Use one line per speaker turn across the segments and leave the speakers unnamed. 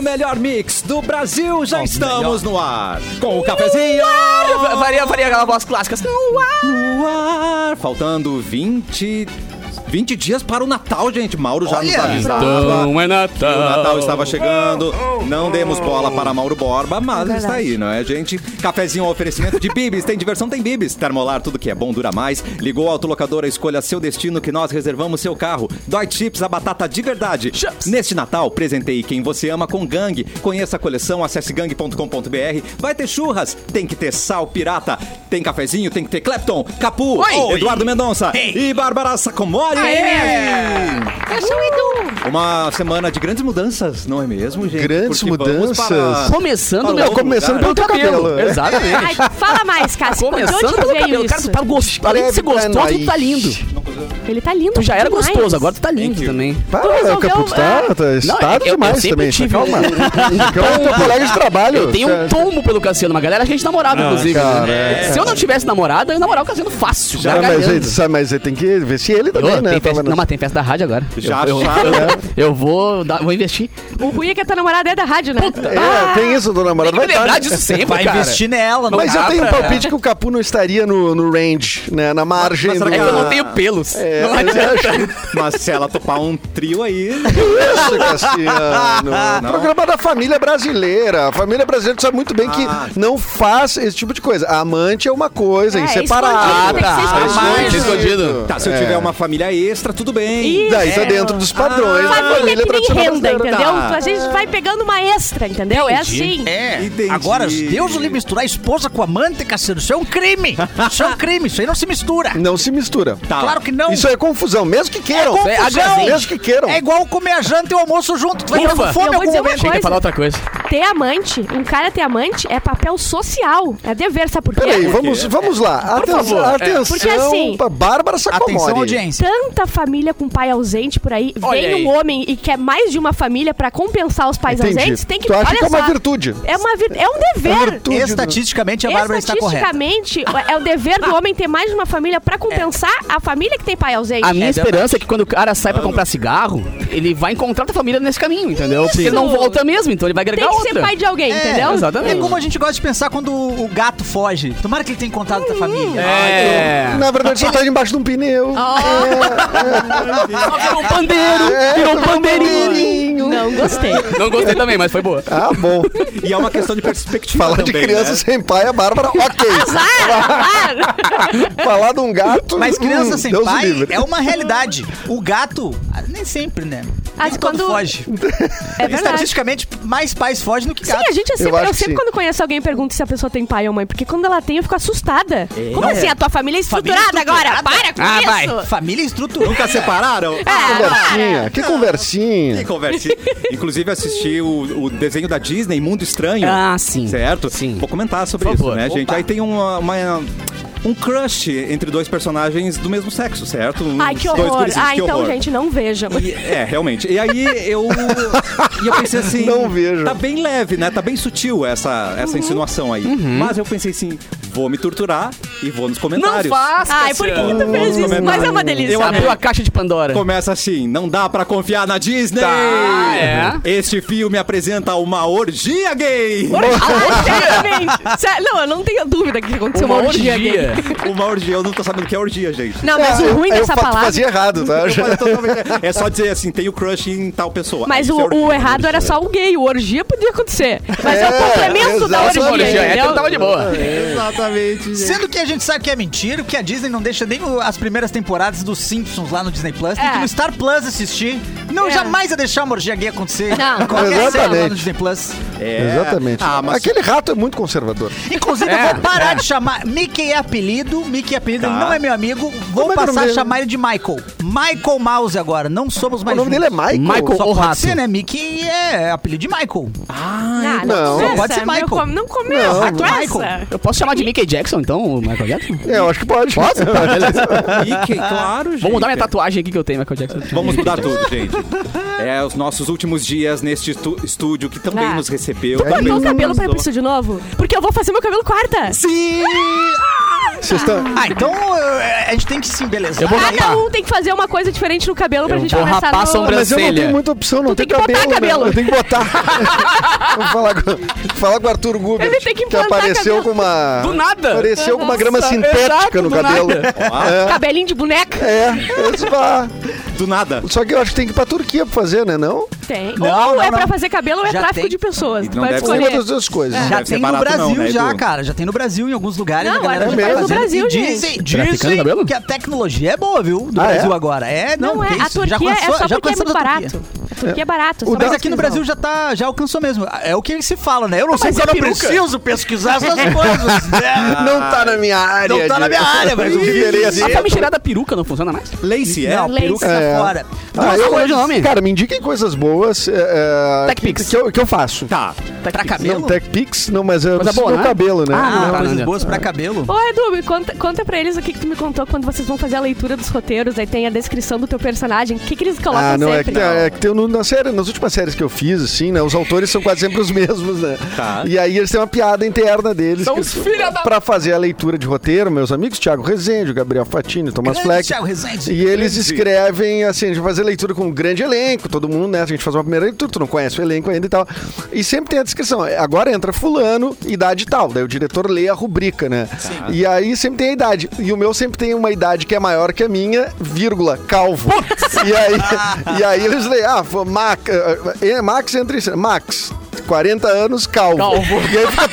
melhor mix do Brasil. Já
Ó,
Então estamos no ar. Com o cafezinho.
Va- Varia, varia aquela voz clássica. assim, "Não, ah".
No ar. Faltando 20. 20 dias para o Natal, gente. Mauro já nos
Olha.
avisava.
Então é
O
Natal.
Natal estava chegando, não demos bola para Mauro Borba, mas
Verdade.
está aí, não é, gente? Cafezinho oferecimento de Bibis, tem diversão, tem Bibis. Termolar, tudo que é bom dura mais. Ligou a autolocadora, escolha seu destino que nós reservamos seu carro. Dói Chips, a batata de verdade.
Chips.
Neste Natal, presenteie quem você ama com Gang. Conheça a coleção, acesse gang.com.br. Vai ter churras, tem que ter sal pirata, tem cafezinho, tem que ter Clapton, Capu,
Oi.
Eduardo Mendonça e Bárbara Sacomori.
Eu sou o Edu.
Uma semana de grandes mudanças, não é mesmo, gente?
Grandes
vamos
mudanças.
Começando,
Falou,
meu.
começando pelo teu cabelo.
Exatamente. Tá
Ai, fala mais, Cássio. de
Começando
onde
pelo
veio
cabelo. Cara,
isso?
tu tá gostoso. Além de ser
Parabéns.
gostoso, tu tá lindo.
Ele tá lindo.
Tu já era
demais.
gostoso, agora tu tá lindo
Thank you.
também.
Para,
Tu resolveu,
Capu, tu tá,
é.
tá
é
excitado
que eu- eu
demais
sempre
também.
tive
tá? calma.
um-
Calma, teu colega de trabalho. Tá,
Eu tenho
Cê-
um tombo pelo Cassiano, uma galera que a gente namorava, inclusive.
cara, é.
né? Se eu não tivesse namorado, eu ia namorar o Cassiano fácil.
Já, tá, mas,
gargalhando.
aí, sabe, mas aí tem que ver se ele também,
Ô,
né?
tem
tava
festa-
na-
não, mas tem festa da rádio agora.
Já
eu, eu,
acharam,
eu- eu vou, dar- vou investir.
O ruim é que a tua namorada é da rádio, né?
É, tem isso do namorado.
Ah, Tem que me
Vai
lembrar
tarde.
disso sempre,
Vai
cara.
investir nela, não
Mas eu
dá
tenho um
pra-
palpite que o Capu não estaria no, no range, né? Na margem
Mas
do...
será
É que eu não
Ah.
tenho pelos.
É,
não
mas
adianta.
acho
Mas se ela topar um trio aí.
isso, Cassiano.
Não.
Programa da família brasileira. A família brasileira sabe muito bem que
Ah.
não faz esse tipo de coisa. A amante é uma coisa,
É,
inseparável.
escondido, tem que ser
É
escondido.
Escondido.
Tá, se eu
É.
tiver uma família extra, tudo bem.
Ih,
Daí tá
É.
dentro dos padrões da
Família
família
que nem
tradicional
renda,
brasileira.
entendeu?
Tá.
A gente vai pegando uma extra, entendeu? É assim.
É,
Entendi.
agora, Deus o livre misturar esposa com amante, Cassiano, isso é um crime. Isso é um crime, isso aí não se mistura.
Não se mistura.
Tá.
Claro que não.
Isso é confusão, mesmo que queiram.
É agravante.
mesmo que queiram.
É igual comer a janta e o almoço junto. Tu vai ficar
Ufa.
com
Eu
fome
vou
em algum
dizer uma
Achei
momento.
que ia
coisa.
falar outra coisa.
Ter amante, um cara ter amante é papel social. É dever, sabe por quê?
Por
Peraí,
quê?
vamos, vamos lá. Aten-
favor. É.
Atenção,
Porque assim-
pra Bárbara Sacomori.
Atenção, audiência.
Tanta família com pai ausente por aí,
Olha
vem
aí.
um homem e quer mais de uma família pra compensar os pais
Entendi.
ausentes, tem que
Tu acha
olha
que é uma
só,
virtude?
É uma vir- é um
É
dever.
virtude do-
Estatisticamente, a Bárbara está correta.
Estatisticamente, é o dever do homem ter mais de uma família pra compensar a família que tem pai ausente.
A minha
É
esperança é que quando o cara sai pra comprar cigarro, ele vai encontrar outra família nesse caminho, entendeu? Porque ele não volta mesmo, então ele vai agregar
Tem que
outra.
ser pai de alguém, entendeu?
Exatamente.
É como a gente gosta de pensar quando o gato foge. Tomara que ele tenha encontrado
Hum.
outra família.
É.
Na verdade, você tá embaixo de um pneu.
Ah.
Só virou um pandeiro,
É,
virou um
virou um
pandeirinho.
Não gostei.
Não gostei também, mas foi boa.
Ah, bom.
E é uma questão de perspectiva.
Falar de
também,
criança
né?
sem pai, a Bárbara, ok.
Claro.
Falar de um gato.
Mas criança
hum,
sem
Deus
pai
o livre.
é uma realidade. O gato, ah, nem sempre, né?
Ah,
Nem
quando-
todo foge.
É verdade.
Estatisticamente, mais pais fogem do que
Sim,
gato.
a gente é sempre,
acho
eu,
que
sempre
sim.
quando conheço alguém pergunto se a pessoa tem pai ou mãe, porque quando ela tem eu fico assustada. Como
Não.
assim? A tua família é
Família
estruturada, agora? Para com
Ah,
isso.
vai.
Família estruturada.
Nunca separaram?
Ah,
Conversinha, que
Que
conversinha.
conversa. Inclusive, assisti o, o desenho da Disney, Mundo Estranho.
Ah, sim.
Certo?
Sim.
Vou comentar sobre
Por
isso,
favor.
né, gente?
Opa.
Aí tem uma. uma- um crush entre dois personagens do mesmo sexo, certo?
Ai,
Uns
que
dois
horror.
gurizinhos,
Ah,
que
então,
horror.
gente, não vejam.
E- é, realmente. E aí eu. e eu pensei assim.
Não vejo.
Tá bem leve, né? Tá bem sutil essa, essa insinuação aí.
Uhum.
Mas eu pensei assim: vou me torturar e vou nos
Não
comentários.
faz,
Ai, por que que tu fez
Vamos
isso? Mas é uma delícia.
Eu
né?
abriu a caixa de Pandora.
Começa assim, não dá pra confiar na Disney.
Tá, é.
Este filme apresenta uma orgia gay.
Exatamente. Ah, Sério, Não, eu não tenho dúvida que
Um
aconteceu uma, orgia. gay.
Uma orgia, eu não tô sabendo o que é orgia, gente.
Não, mas o ruim
É, eu,
dessa
eu fa-
palavra.
fazia errado, tá?
Eu falei totalmente- É só dizer assim, tem o crush em tal pessoa.
Mas
Isso
o,
é
o
orgia.
errado era só o gay, o orgia podia acontecer. Mas é, o
É,
complemento da
exato.
orgia,
Essa orgia
entendeu?
hétero tava de boa.
Exatamente. gente.
Sendo que a gente sabe que é mentira, que a Disney não deixa nem o- as primeiras temporadas dos Simpsons lá no Disney Plus. Tem
É.
que no Star Plus assistir. Não,
É.
jamais ia deixar uma orgia gay acontecer.
Não.
em Qualquer série lá
Exatamente.
no Disney Plus.
É.
Exatamente.
Ah, mas
Aquele rato é muito conservador.
Inclusive,
É,
eu vou parar de chamar. Mickey é apelido, Mickey é apelido,
Tá.
ele não é meu amigo. Vou
Como é que é o nome
passar a
dele?
chamar ele de Michael. Michael Mouse agora, não somos mais
o nome dele é Michael.
Michael
Só
o
pode
Rato.
ser, né? Mickey é apelido de Michael.
Ah,
Não.
começa,
Pode ser
meu,
Michael.
come- Não começa,
Não,
não, começa.
Michael.
Eu posso chamar de Mickey Jackson, então, o Michael Jackson? Tá,
É, eu acho que pode. Pode?
Mickey, claro, gente.
Vou mudar minha tatuagem aqui que eu tenho, Michael Jackson.
Vamos mudar tudo, gente. É os nossos últimos dias neste estu- estúdio que também
Ah.
nos recebeu.
Tu
também
cortou o
nos
cabelo pra ir
ajudou.
pro estúdio de novo? Porque eu vou fazer meu cabelo quarta.
Sim!
Vocês estão.
Ah, então eh, a gente tem que se embelezar. Ah,
Eu vou
Aí,
rapar.
Cada um tem que fazer uma coisa diferente no cabelo pra
Eu
gente
vou
começar
rapar a
no...
sombra-
Mas eu não
Sobrancelha.
tenho muita opção, não
Tu
tem
tem que botar
cabelo. né?
cabelo.
Eu tenho que botar. Vou falar com, falar com o Arthur Gubert.
Ele tem que implantar
apareceu
cabelo.
com uma.
Do nada.
Apareceu com uma grama
Nossa,
sintética
exato,
no
do
cabelo.
nada.
Cabelinho de boneca?
É, eu disse, "Vá."
Ah, Do nada.
Só que eu acho que tem que ir pra Turquia pra fazer, né? Não?
Tem.
Não,
ou
não,
é
não.
pra fazer cabelo ou é
Já
tráfico
tem.
de pessoas.
E
Tu
não
vai
deve ser
Uma
escolher.
das duas coisas.
É.
Já
deve ser
tem no
barato não,
Brasil
né,
já,
Edu?
cara. Já tem no Brasil, em alguns lugares.
Não,
a galera
agora
já
tá
faz no
fazendo.
Brasil,
E
gente.
dizem,
Traficando cabelo?
dizem que a tecnologia é boa, viu? Do
Ah, é?
Brasil agora. É, não,
Não é,
que
a
isso, já
Turquia
alcançou-
é só porque
já
é
alcançamos
muito
a
barato.
Turquia.
A Turquia é barato. só
Mas
pra
aqui no
pesquisar.
Brasil já, tá, já alcançou mesmo. É o que se fala, né? Eu não sei
mas
se eu
é
não
peruca.
preciso pesquisar essas coisas. né?
Não tá na minha área.
Não tá na
de-
minha área, mas o
de interesse.
A famigerada peruca não funciona mais?
Lace, é?
Não,
Lace.
peruca
É.
tá fora.
Ah,
Nossa,
eu-
qual é o nome?
Cara, me indiquem coisas boas é, é,
TechPix.
que, eu, que eu faço.
Tá.
Pra cabelo?
Não, TechPix, não, mas eu
Coisa
preciso
boa,
do
né?
cabelo, né?
Ah,
Ah,
tá,
coisas
né?
boas pra cabelo.
Ô, Edu, me conta, conta pra eles o que, que tu me contou quando vocês vão fazer a leitura dos roteiros, aí tem a descrição do teu personagem. O que, que eles colocam
Ah, não, é que,
sempre?
tem- é que tem no- na série, nas últimas séries que eu fiz, assim, né? Os autores são quase sempre os mesmos, né?
Tá.
E aí eles têm uma piada interna deles.
São
que-
os filha da-
Pra fazer a leitura de roteiro, meus amigos, Thiago Rezende, o Gabriel Fatini, o Thomas
Grande
Fleck.
Thiago Rezende.
E eles escrevem, assim, a gente vai fazer leitura com um grande elenco, todo mundo, né? A gente faz uma primeira leitura, tu não conhece o elenco ainda e tal. E sempre tem a descrição. é, Agora entra fulano, idade tal. Daí o diretor lê a rubrica, né? E aí sempre tem a idade. E o meu sempre tem uma idade que é maior que a minha, vírgula, calvo. E aí, e aí eles leem, ah, foi Mac, eh, eh, Max entre... Max. 40 anos, calvo.
Calvo.
E aí fica,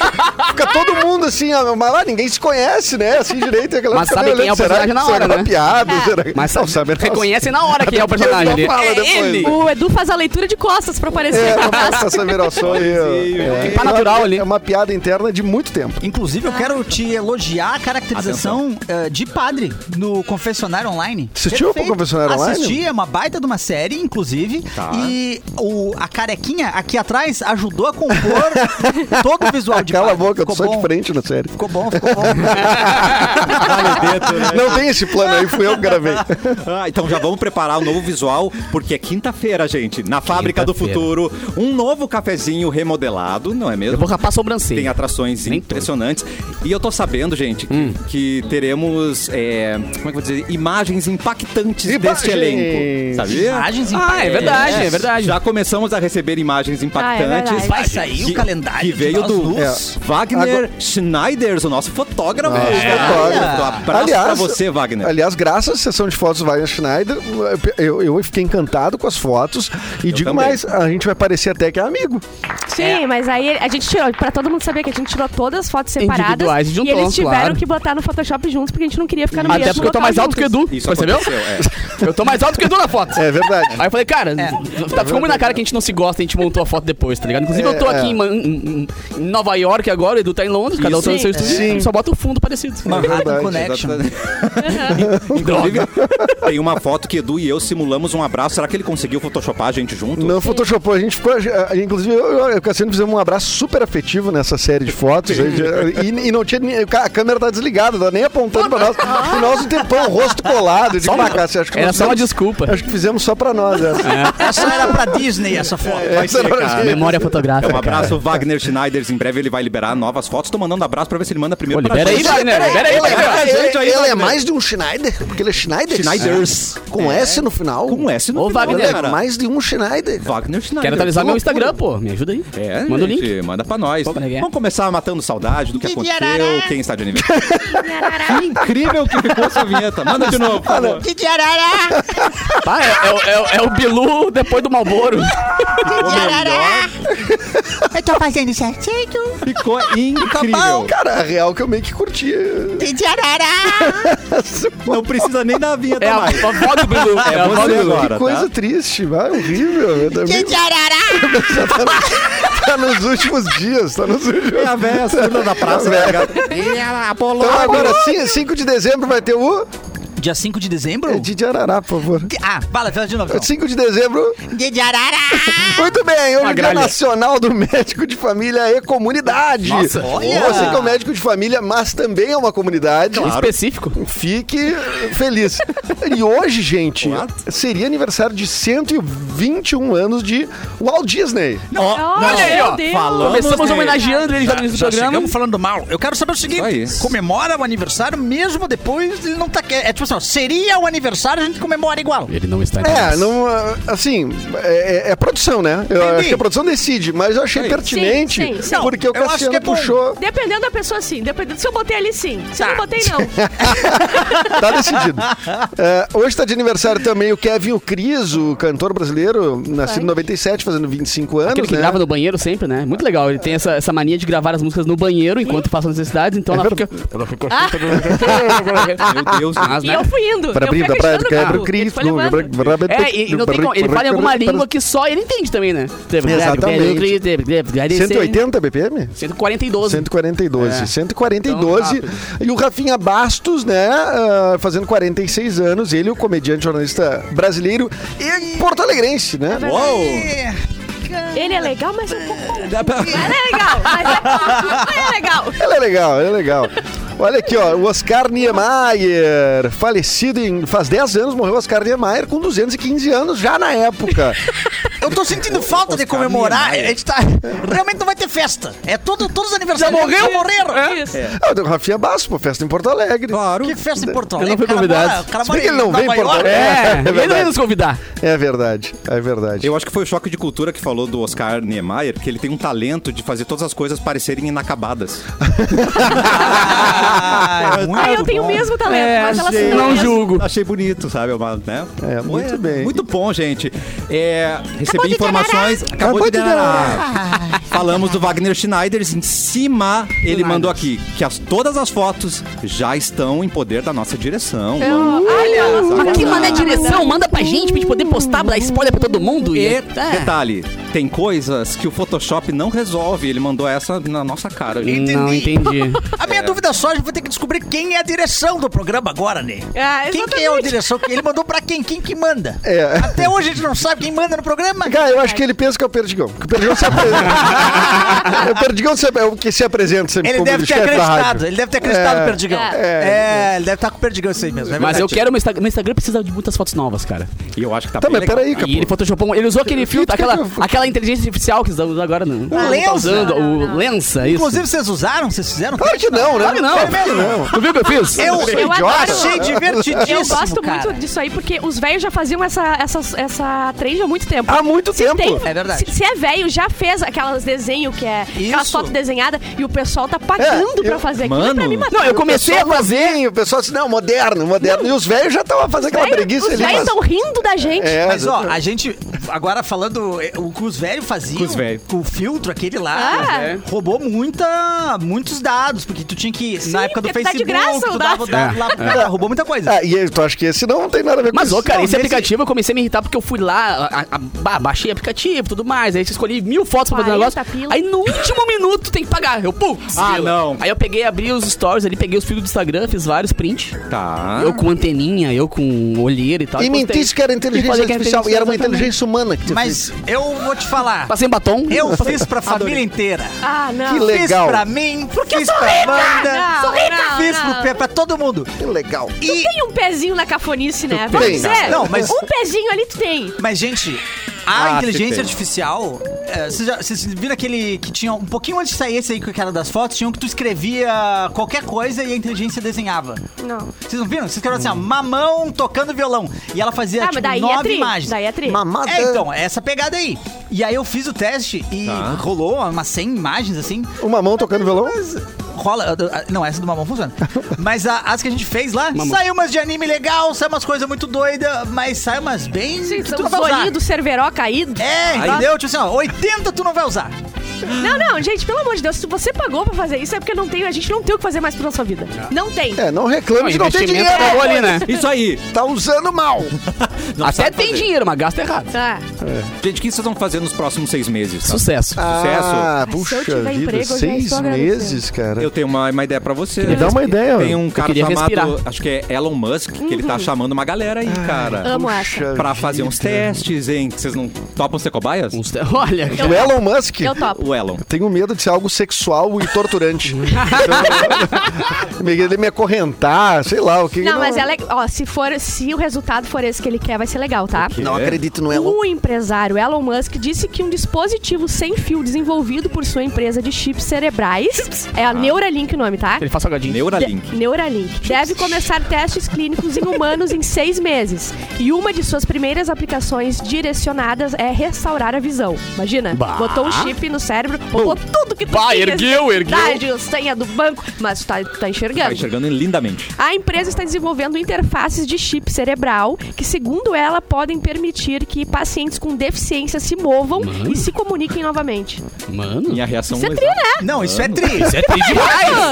fica todo mundo assim, ah, mas lá ninguém se conhece, né? Assim direito. E a galera
Mas
fica
sabe
olhando,
quem é o
será-
personagem na
será
hora,
que é uma
né?
piada, será que-
Mas
Não, sabe, nós-
reconhece na hora quem é o personagem ali.
Não fala
É
depois,
ele.
né?
O Edu faz a leitura de costas pra aparecer.
É, não passa saber ao som aí. ó.
Tem pá natural ali.
É uma piada interna de muito tempo.
Inclusive, eu quero te elogiar a caracterização eh, de padre no Confessionário Online.
Assistiu
Perfeito.
o Confessionário Online?
Assisti, é uma baita de uma série, inclusive.
Tá.
E o, a carequinha aqui atrás ajudou a compor todo o visual de
Cala a
padre.
boca, eu tô
Ah, ficou
só
bom.
de frente na série.
Ficou bom, ficou bom.
né?
Não tem esse plano aí, fui eu que gravei.
Ah, então já vamos preparar o novo visual, porque é quinta-feira, gente, na Fábrica do Futuro, um novo cafezinho remodelado, não é mesmo?
Eu vou rapar a
Tem
sobrancelha.
atrações
Nem Hum.
impressionantes. E eu tô sabendo, gente, que, que teremos, é, como é que eu vou dizer, imagens impactantes
Imagens!
deste elenco. Sabia?
Imagens
Ah, é
impactantes.
verdade, é verdade.
Já começamos a receber imagens impactantes.
Ah, é verdade.
Vai sair
Que-
o calendário
que
de
veio
nós
do é,
nus?
Wagner Schneiders, o nosso fotógrafo.
Nosso
É.
fotógrafo.
Abraço pra você, Wagner.
Aliás, graças à sessão de fotos do Wagner Schneider, eu, eu fiquei encantado com as fotos. E digo
também.
mais, a gente vai parecer até que é amigo.
Sim, mas aí a gente tirou, pra todo mundo saber que a gente tirou todas as fotos separadas.
Individuais e
E
juntou,
eles tiveram
claro.
que botar no Photoshop juntos, porque a gente não queria ficar no mesmo
Até porque eu tô
local
mais alto que o
juntos.
Edu,
Isso
percebeu?
aconteceu, é.
Eu tô mais alto que o Edu na foto.
É verdade.
Aí eu falei, cara, tá, ficou muito na cara que a gente não se gosta, a gente montou a foto depois, tá ligado? Inclusive, eu tô
É,
aqui
é.
em, Man- em- em Nova York agora, o Edu tá em Londres, cada um tá no seu estúdio, só bota o fundo parecido.
Uma Rádio
É verdade,
Connection.
Inclusive, tem uma foto que Edu e eu simulamos um abraço. Será que ele conseguiu photoshopar a gente junto?
Não photoshopou, a gente ficou. eh, Inclusive, eu eu e o Cassiano fizemos um abraço super afetivo nessa série de fotos. a gente, eh, e, e não tinha. nem- A câmera tá desligada, tá nem apontando pra nós. E nós um tempão, o rosto colado. De
uma-
Cássio, acho que
era
nós
Ah. só uma
fizemos-
desculpa.
Acho que fizemos só pra nós essa.
Essa É, era pra Disney, essa foto.
É.
Vai ser,
Essa
cara.
Memória
É
fotográfica.
um
cara.
abraço, Wagner Schneiders. Em breve ele vai liberar novas fotos. Tô mandando abraço pra ver se ele manda primeiro.
Pô,
pra
libera aí,
gente.
Wagner. Libera aí,
Ele-
Wagner.
Ele- Ele- Ele- Ele-
de um Schneider? Porque ele é Schneider?
Schneiders.
Com
É.
S no final?
Com S no
Ô,
final, né,
Wagner,
cara.
mais de um Schneider.
Wagner Schneider.
Quero atualizar
que
meu
loucura.
Instagram, pô. Me ajuda aí.
É,
Manda o
gente,
link.
Manda pra nós.
Pô, como é que é?
Vamos começar matando saudade do que aconteceu,
Tirirará.
quem está de aniversário. que incrível que ficou essa vinheta. Manda de novo, por favor.
Que de arara!
Tá, é, é o- é o- é o Bilu depois do Malboro.
Ficou melhor.
Eu tô fazendo certinho.
Ficou incrível.
Ah, Cara, a real que eu meio que curti.
Que de arara!
Não precisa nem da vinheta
É a,
mais.
a voz do Bilu. É, a voz
você
do Bilu.
agora,
que coisa
tá?
triste, vai, horrível. Eu também-
de arara!
tá nos últimos dias, tá nos últimos
É a véia surda da praça.
A véia.
né, cara? E a Apolônia.
Então agora, 5 de dezembro vai ter o
Dia 5 de dezembro?
É de Arará, por favor.
Ah, fala, fala de novo. então.
5 de dezembro.
De Arará!
Muito bem, hoje é o Dia
gralha.
Nacional do Médico de Família e Comunidade.
Nossa,
olha!
Você que é um médico de família, mas também é uma comunidade.
Específico.
Fique feliz. E hoje, gente, seria aniversário de 121 anos de Walt Disney.
Oh,
Olha aí,
meu
ó. assim.
Deus.
Falamos
Começamos
nele.
homenageando ele já no início do programa.
Tá, chegamos falando mal. Eu quero saber o seguinte:
Isso aí.
comemora o aniversário mesmo depois ele não tá quieto. É tipo assim, ó, seria o aniversário, a gente comemora igual.
Ele não está em
É,
paz.
não, ah, assim, é, é- é produção, né? Eu
Entendi.
acho que a produção decide, mas eu achei
Sim,
pertinente,
sim, sim.
porque o
Eu acho
Cassiano
que é bom.
puxou.
Dependendo da pessoa, sim. Dependendo, se eu botei ali, sim. Se eu não botei, não.
Tá decidido. É, hoje tá de aniversário também o Kevin o Cris, o cantor brasileiro, nascido em
Vai.
97, fazendo 25 anos,
Aquele que
né?
grava no banheiro sempre, né? Muito legal. Ele tem essa, essa mania de gravar as músicas no banheiro enquanto passa as necessidades, então ela fica. Ela fica.
Meu Deus.
Mas,
Ah? E
né?
eu fui indo.
Para
eu fui
brinda, para
fechando o
quebra o
grupo, ele
Cris,
foi levando.
É, e, e não tem como. Ele fala em alguma língua que só ele entende também, né?
Exatamente. 180 BPM?
142.
142.
É.
142.
Então,
e o Rafinha Bastos, né? ah, fazendo 46 anos. Ele, o comediante, jornalista brasileiro e porto-alegrense,
É
né?
Uou.
Ele é legal, mas é um pouco. Ele é legal, mas é pouco. Ele é legal.
Ele é legal, ele é legal. Olha aqui, ó, o Oscar Niemeyer, falecido em, faz 10 anos, morreu o Oscar Niemeyer com 215 anos já na época.
Eu tô sentindo falta de comemorar. A gente tá... Realmente não vai ter festa. É todo, todos os aniversários. Já morreram?
Isso.
É.
Ah, o Rafinha Bastos, pô, festa em Porto Alegre.
Claro.
Que festa em Porto
não fui
Alegre? O cara
convidado.
mora- o cara
Se bem
mora
que ele não vem em
Nova
Porto
York. né?
Alegre.
É, ele não
verdade.
ia nos convidar.
É verdade, é verdade.
Eu acho que foi o choque de cultura que falou do Oscar Niemeyer, porque ele tem um talento de fazer todas as coisas parecerem inacabadas.
Ah,
Um
muito
Ah, eu tenho o
bom.
mesmo talento, mas elas
gente.
são
É, Não
mesmo.
julgo.
Achei bonito, sabe? Uma, né?
É, muito
Ué,
bem.
Muito bom, gente. É, recebi
de
informações. Acabou,
Acabou
de
de
dar. Falamos do Wagner Schneider. Em cima, ele mandou aqui que as, todas as fotos já estão em poder da nossa direção. Uh! Vamos
Mas quem manda a direção, manda pra gente pra gente poder postar, dar spoiler pra todo mundo. E, é-
E, detalhe, tem coisas que o Photoshop não resolve. Ele mandou essa na nossa cara. gente.
Não entendi.
A minha dúvida só, a gente vai ter que descobrir quem é a direção do programa agora, né?
Ah,
quem que é a
exatamente.
direção? que Ele mandou pra quem? Quem que manda?
É.
Até hoje a gente não sabe quem manda no programa.
Cara, eu acho que ele pensa que é o Perdigão. Que o Perdigão se apresenta. o Perdigão se, é o que se apresenta sempre
Ele
como
deve ter
chefe da
acreditado,
rádio.
ele deve ter acreditado
É.
no Perdigão.
É.
É, ele deve estar com o Perdigão isso aí mesmo. é
Mas eu
verdade.
quero meu Instagram. Meu Instagram precisa de muitas fotos novas, cara.
E eu acho que tá
Tá,
bem
mas
legal.
peraí, capô.
E ele photoshopou. um- Ele usou aquele filtro,
que
aquela,
eu-
aquela inteligência artificial que usamos agora. Não, não
Lensa.
Tá usando, o Lensa, isso.
Inclusive, vocês usaram? Vocês fizeram?
Claro que não, né?
Claro que não.
Claro que não.
Tu viu o que eu fiz?
Eu,
Eu
eu
adoro.
achei divertidíssimo,
Eu gosto
cara.
muito disso aí, porque os velhos já faziam essa, essa, essa trend há muito tempo.
Há muito
Se
tempo.
tem-
É verdade.
Se, se é velho, já fez aquelas desenho que é aquelas
Isso.
fotos desenhadas e o pessoal tá pagando
É,
pra
eu-
fazer
Mano.
aquilo pra me matar.
Não, eu comecei a fazer.
Sim, o pessoal disse, assim, não, moderno, moderno. E os velhos já estavam fazendo aquela
Velho,
preguiça
os
ali.
velhos
mas-
estão rindo da gente.
É,
Mas ó, a gente, agora falando, eh, o que os velhos faziam,
Que os velhos.
com o filtro aquele lá,
Ah.
né, roubou muita, muitos dados, porque tu tinha que, na época do
porque tá de
Facebook,
graça o
tu dava o dado
dado.
lá, pro cara, roubou muita coisa.
Ah, e aí, tu acha que esse não tem nada a ver com
Mas,
isso?
ô, cara, é
Não,
esse
nesse-
aplicativo eu comecei a me irritar porque eu fui lá, a, a- a- baixei aplicativo e tudo mais. Aí eu escolhi mil fotos pra fazer o
40
negócio.
pila.
Aí no último minuto tem que pagar. Eu, putz,
Ah,
grila.
não.
Aí eu peguei, abri os stories ali, peguei os filtros do Instagram, fiz vários prints.
Tá.
Eu com anteninha, eu com olheira e tal.
E
postei.
mentisse que era inteligência
tá? E falei que
artificial e era uma
exatamente.
inteligência humana que tu fez.
Mas eu vou te falar,
Passei em batom.
eu fiz pra família inteira.
Ah, não.
Que legal.
Fiz pra mim, fiz
sou
pra
rica!
banda,
Não, Sou rica!
fiz
não.
pro pé, pra todo mundo.
Que legal.
E,
Tem um pezinho na cafonice, né? Vamos
Tem.
dizer.
Não, mas-
Um pezinho ali tu tem.
mas gente, a
Ah, tem.
inteligência artificial, eh, vocês já- vocês viram aquele que tinha, um pouquinho antes de sair esse aí com aquela das fotos, tinha um que tu escrevia qualquer coisa e a inteligência desenhava.
Não.
Vocês não viram? Vocês escreveram assim, ó, mamão tocando violão. E ela fazia,
Ah, mas
tipo,
daí é
nove
tri.
imagens.
Daí é tri.
Mamada.
É, então, é essa pegada aí. E aí eu fiz o teste e
Tá.
rolou umas 100 imagens, assim.
Uma mão tocando violão?
Mas rola... Não, essa do mamão funciona. Mas a- as que a gente fez lá,
Mamão.
saiu umas de anime legal, saiu umas coisas muito doidas, mas saiu umas bem...
Sim,
que tu não
os
vai usar.
olhinhos do Cerveró caído.
É, entendeu? Tipo assim, ó, 80 tu não vai usar.
Não, não, gente, pelo amor de Deus, se você pagou pra fazer isso é porque não tem, a gente não tem o que fazer mais pra nossa vida. Não tem.
É, não reclame
Não,
de não ter
investimento
dinheiro.
é
acabou ali, né?
Isso aí.
Tá usando mal.
Não
Até
sabe
tem
fazer.
dinheiro, mas gasta errado.
Ah,
Gente, o que vocês vão fazer nos próximos seis meses? tá?
Sucesso.
Ah,
Mas se eu
puxa
tiver
vida,
emprego, eu já
seis
estou agradecendo.
meses, cara.
Eu tenho uma, uma ideia pra você.
Né? Me dá uma ideia.
Tem um cara
queria
chamado,
respirar. Uhum.
acho que é Elon Musk, que ele tá chamando uma galera aí, cara.
Amo essa.
Puxa
Pra fazer uns
vida.
testes, hein? Vocês não topam ser cobaias?
Uns te- Um Olha,
O Elon Musk.
Eu topo.
O Elon.
Tenho medo de ser algo sexual e torturante. Então, me- ele me acorrentar, sei lá, o que.
Não, mas é legal. Ó, se, for, se o resultado for esse que ele quer, vai ser legal, tá?
Não acredito no
O empresário Elon Musk disse que um dispositivo sem fio desenvolvido por sua empresa de chips cerebrais, é a Neuralink o nome, tá?
ele faz salgadinho.
Neuralink.
De- Neuralink. Deve começar testes clínicos em humanos em seis meses. E uma de suas primeiras aplicações direcionadas é restaurar a visão. Imagina, botou um chip no cérebro, roubou tudo que tu
Bah,
tinha,
ergueu, ergueu.
identidade, senha do banco, mas tu tá, tu tá
Tá
enxergando.
enxergando lindamente.
A empresa está desenvolvendo interfaces de chip cerebral que, segundo ela, podem permitir que pacientes com deficiência se movam e se comuniquem novamente.
Mano,
Minha reação
Você é
exata.
tri, né?
Não,
Ah,
isso é tri.
isso é tri demais.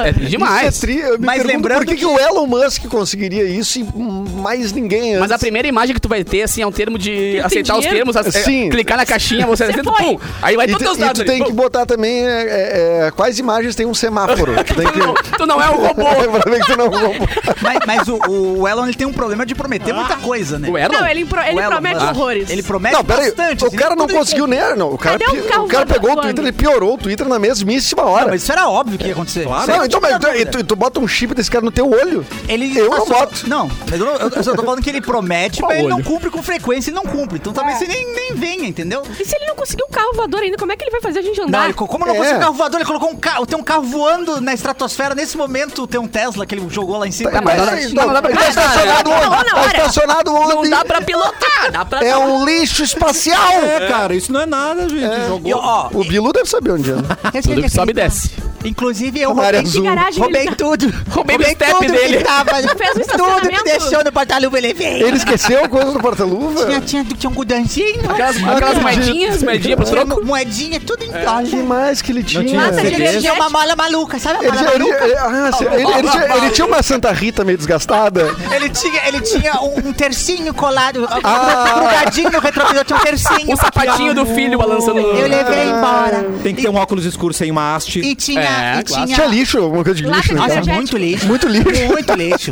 é tri demais.
Isso é tri, eu me
Mas
pergunto
lembrando
por que,
que-
que o Elon Musk conseguiria isso e hum, mais ninguém antes.
Mas a primeira imagem que tu vai ter, assim, é um termo de
tem
aceitar os
dinheiro?
termos, ace-
Sim.
clicar na caixinha, você aceita,
foi.
pum, aí vai
e
é todos
tu,
os
e
dados
tu
ali.
tem que botar também é, é, é, quais imagens tem um semáforo. Tu tem que.
Tu não é um robô.
Pra ver que tu não roubou.
mas mas o, o Elon ele tem um problema de prometer muita coisa, né?
Tu é, era?
Não, Ah. ele, pro- ele
O Elon
promete
Musk,
horrores.
Ele promete
Não, peraí.
bastante.
O
assim,
cara não
tudo
conseguiu nem. Não, o cara,
Cadê o
pi-
carro
o cara pegou o
voando?
Twitter, ele piorou o Twitter na mesmíssima
que-
hora.
Não, mas isso era óbvio que ia acontecer.
Claro.
Isso aí
Não, então,
tinha
mas tu- e
dúvida.
tu, tu bota um chip desse cara no teu olho.
Ele tá
Eu não
só-
boto.
Não, mas eu, não- eu só tô falando que ele promete,
Qual
mas ele não
olho?
cumpre com frequência e não cumpre. Então talvez você nem, nem venha, entendeu?
E se ele É. não conseguiu um carro voador ainda, como é que ele vai fazer a gente
Não,
andar?
ele, co- como não
É.
conseguiu um carro voador, ele colocou um carro. Tem um carro voando na estratosfera. Nesse momento tem um Tesla que ele jogou lá em cima.
Tá,
mas dá-
aí,
não, não dá pra
tá
pensar,
estacionado
né?
onde?
Não,
Tá
olha,
estacionado
Não
onde?
dá pra pilotar, dá pra...
É um lixo espacial!
É, cara, isso não é nada, gente.
E,
Jogou.
ó,
O Bilu deve saber onde é.
Tudo que sobe e desce.
Inclusive, eu
Amarelo
roubei,
azul.
garagem
roubei
ele tá?
tudo.
Roubei o step
tudo
dele.
Que tava,
fez um
tudo que
estacionamento?
deixou no porta-luva, ele veio.
Ele esqueceu a coisa do porta-luva?
Tinha, tinha, tinha um gudancinho,
Aquelas,
Não
aquelas
acredito. É.
moedinhas, moedinha pro
tinha
troco.
moedinha, tudo em
O que
casa.
mais que ele tinha?
Lata de
Ele
cerveja.
Tinha uma mala maluca, sabe a
ele
mala
tinha, ele,
maluca?
ele- ah, sim, ele- ele tinha- ele tinha uma Santa Rita meio desgastada.
Ele tinha, ele tinha um, um tercinho colado, um
Ah.
grudadinho no retrovisor, tinha um tercinho.
O sapatinho do filho balançando.
Eu levei embora.
Tem que ter um óculos escuro sem uma haste.
E tinha.
É,
e
claro.
tinha,
Tinha lixo, alguma coisa de
Lata
lixo.
de
né?
Nossa,
energético.
muito lixo.
Muito lixo.
Muito lixo.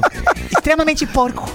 Extremamente porco.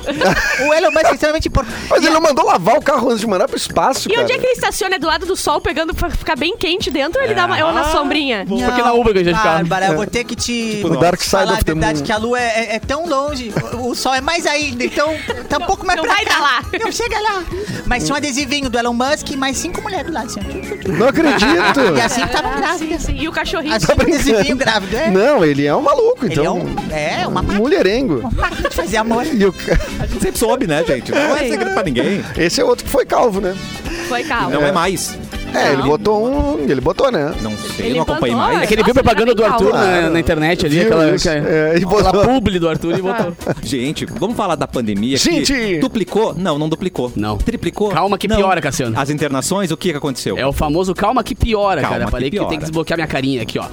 O Elon Musk é extremamente porco.
Mas ele não mandou lavar o carro antes de mandar pro espaço,
E
cara.
onde é que ele estaciona? É do lado do sol, pegando pra ficar bem quente dentro ou ele dá uma, é uma na sombrinha?
Vou pra aquela Um Uber que a gente ficava.
Bárbara, eu vou ter que te
o Tipo, Dark Side of
falar a
the
verdade
Moon.
que a lua é, é- é tão longe, o, o sol é mais ainda, então tá um pouco mais
não
pra
vai
cá.
dar lá.
Não chega lá. Mas tinha um adesivinho do Elon Musk e mais cinco mulheres do lado. Assim. ó.
Não
E
acredito.
assim que tava
Ah,
né?
grávida.
sim, sim. E o cachorrinho.
Assim que o adesivinho grávido. É.
Não, ele é um maluco,
Ele é
então.
um. É, uma máquina.
Mulherengo.
Uma máquina de fazer amor.
E o ca-
A gente sempre soube, né, gente? Não é segredo pra ninguém.
Esse é outro que foi calvo, né?
Foi calma.
Não é mais.
É, ele
Não.
botou um. Ele botou, né?
Não sei,
Ele
não acompanhei
plantou,
mais.
É que ele viu
Nossa,
propaganda do
ele era bem
Arthur
calmo.
na, na internet ali,
Viu
aquela,
isso?
aquela,
É, e botou-
aquela publi do Arthur e
Tá.
botou.
Gente, vamos falar da pandemia. Que
Gente!
duplicou? Não, não duplicou.
Não.
Triplicou?
Calma que
Não.
piora, Cassiano.
As internações, o que que aconteceu?
É o famoso calma que piora,
Calma
cara.
que
Falei que,
piora.
tem que desbloquear minha carinha aqui, ó.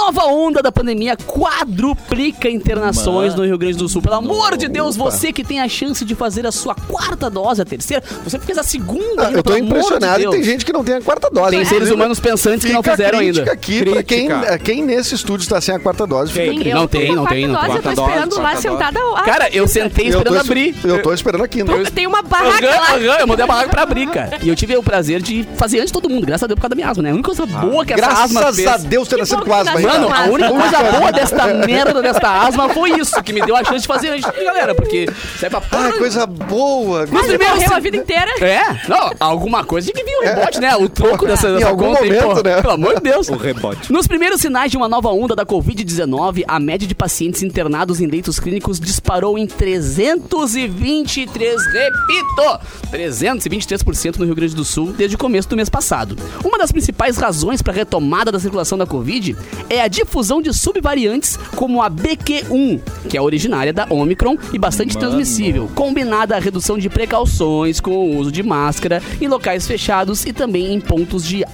Nova onda da pandemia quadruplica internações no Rio Grande do Sul. Pelo amor de Deus, você que tem a chance de fazer a sua quarta dose, a terceira, você fez a segunda.
Ah,
ainda,
eu tô
pelo amor de
impressionado e
Deus.
tem gente que não tem a quarta dose.
Tem seres humanos pensantes que não
Fica a
fizeram
crítica
ainda.
aqui pra quem,
Crítica.
eh, quem nesse estúdio está sem a quarta dose.
Quem?
Sim, eu
Não
tô
tem,
com a
não
quarta
tem, não.
dose, eu tô
Quarta dose,
esperando lá
quarta dose.
sentada. Ah,
Cara, eu sentei
Eu tô,
esperando
es-
abrir.
eu tô esperando aqui, né?
Tem uma barraca lá.
Aham, aham, eu mandei a barraca pra abrir, cara. E eu tive o prazer de fazer antes de todo mundo, graças a Deus, por causa da minha asma, né? A única coisa boa que essa asma
Ah, Graças
fez...
a Deus ter nascido
bom
com
que
asma.
nasceu
então.
Mano, a
Asma.
única coisa boa desta merda, desta asma, foi isso que me deu a chance de fazer antes de galera, porque é serve pra porra.
Ah, coisa boa.
Mas
Ele
primeiro,
morreu
se-
a vida inteira.
É, não, alguma coisa tinha que vir o rebote, né? O troco dessa, dessa
É. algum
conta, hein,
momento,
pô.
né?
Pelo amor de Deus.
O rebote.
Nos primeiros sinais de uma nova onda da Covid-19, a média de pacientes internados em leitos clínicos disparou em 323, repito, 323% no Rio Grande do Sul desde o começo do mês passado. Uma das principais razões para a retomada da circulação da Covid é a difusão de subvariantes como a BQ1, que é originária da Omicron e bastante
Mano.
transmissível, combinada à redução de precauções com o uso de máscara em locais fechados e também em pontos de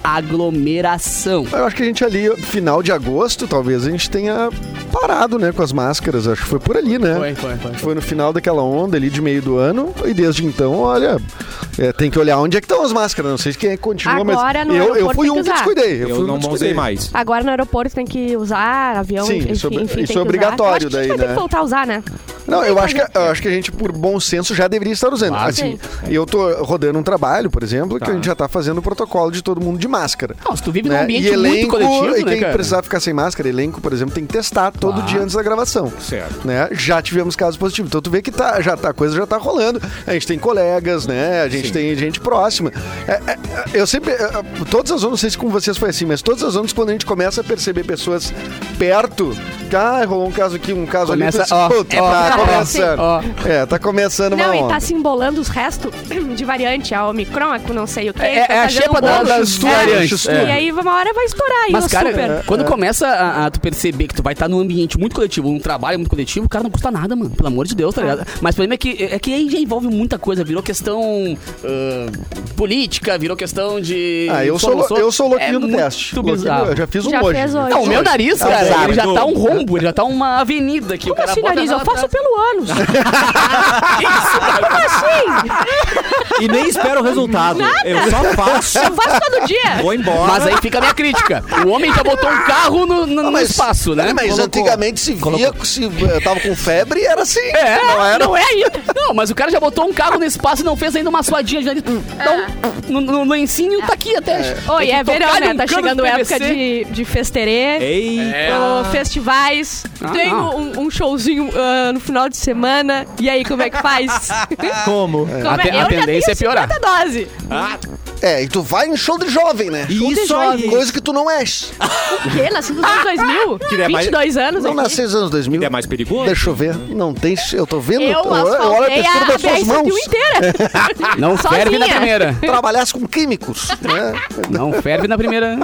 aglomeração.
Eu acho que a gente ali, final de agosto, talvez, a gente tenha parado, né, com as máscaras. Acho que foi por ali, né?
Foi, foi, foi.
Foi no final daquela onda ali de meio do ano. E desde então, olha, é, tem que olhar onde é que estão as máscaras. Não sei se quem continua,
Agora
mas.
no
eu, eu
aeroporto
fui
tem
um
que
que
usar.
descuidei. Eu,
Eu,
fui um
não
que
usei
descuidei.
mais.
Agora no aeroporto tem que usar avião,
Sim,
enfim,
isso é obri-
enfim,
isso
tem
é
que
obrigatório
usar. Eu acho que a
daí,
gente vai ter
né?
que voltar a usar, né?
Não, eu acho, que, eu acho que a gente, por bom senso, já deveria estar usando.
Claro.
Assim, eu tô rodando um trabalho, por exemplo, que a gente já tá fazendo o protocolo de todo mundo de máscara.
Não, se tu vive num
né?
ambiente
E elenco,
muito coletivo,
e
né,
quem
cara? Ah.
precisar ficar sem máscara, elenco, por exemplo, tem que testar todo
Claro.
dia antes da gravação.
Certo.
Né? Já tivemos casos positivos. Então tu vê que tá, já tá, a coisa já tá rolando. A gente tem colegas, né? A gente
Sim.
tem gente próxima. É, é, eu sempre. é, é, todas as zonas, não sei se com vocês foi assim, mas todas as zonas, quando a gente começa a perceber pessoas perto, que, ah, rolou um caso aqui, um caso
Começa,
ali. tu-
ó,
Puta,
é
tá
pra-
começando.
ó.
É, tá começando uma
Não, e
onda.
tá se embolando os restos de variante, é a Omicron, a com não sei o quê.
É-
tá
é a
fazendo
xepa
um
da-
monte.
das
É,
variantes,
E
é.
aí uma hora vai estourar e
Mas, cara, é-
super.
quando começa a, a tu perceber que tu vai estar num ambiente muito coletivo, num trabalho muito coletivo, cara, não custa nada, mano. Pelo amor de Deus, tá ligado? Mas o problema é que, é que aí já envolve muita coisa. Virou questão ah, política, virou questão de.
Ah, eu sou,
informação.
lo- eu sou louquinho
É
do
muito
teste. Louquinho,
bizarro.
eu já fiz um
Já
hoje.
fez hoje.
Não, o meu nariz,
Tá
cara, ele já
certo.
tá um rombo, ele já tá uma avenida aqui. o
Como
cara
assim,
bota
nariz?
lá
Eu faço
atrás.
pelo ânus.
Isso,
Assim,
E nem espero o resultado. Eu só faço.
eu faço todo dia.
Vou embora.
Mas aí fica a minha crítica. O homem já botou um carro no, no- no espaço, né?
Ah, Mas antigamente se via, se eh, tava com febre, era assim.
É,
não era?
não é ainda. Não, mas o cara já botou um carro no espaço e não fez ainda uma suadinha de nariz.
É.
Então, no, no lencinho tá aqui até.
Oi, é verão, né? Tá chegando
a
a época de, de festerê.
Ei,
ah, Festivais,
Ah,
tem
não.
um, um showzinho ah, no final de semana. E aí, como é que faz?
como?
Como
A te- a
Eu já
tendência é
tenho
piorar.
50 dose.
Ah,
É, e tu vai em show de jovem, né?
isso aí.
Coisa que tu não é. és.
Ah,
O quê? Nasci nos anos 2000?
Queria mais-
22 anos
Não
aqui.
nasci nos anos 2000.
É mais perigoso?
Deixa eu ver. Não tem... Eu tô vendo...
Eu
olho a
asfaltei a,
textura
a
das suas mãos.
BR-101 inteira.
Não
Sozinha.
ferve na primeira.
Trabalhasse com químicos, né?
Não ferve na primeira.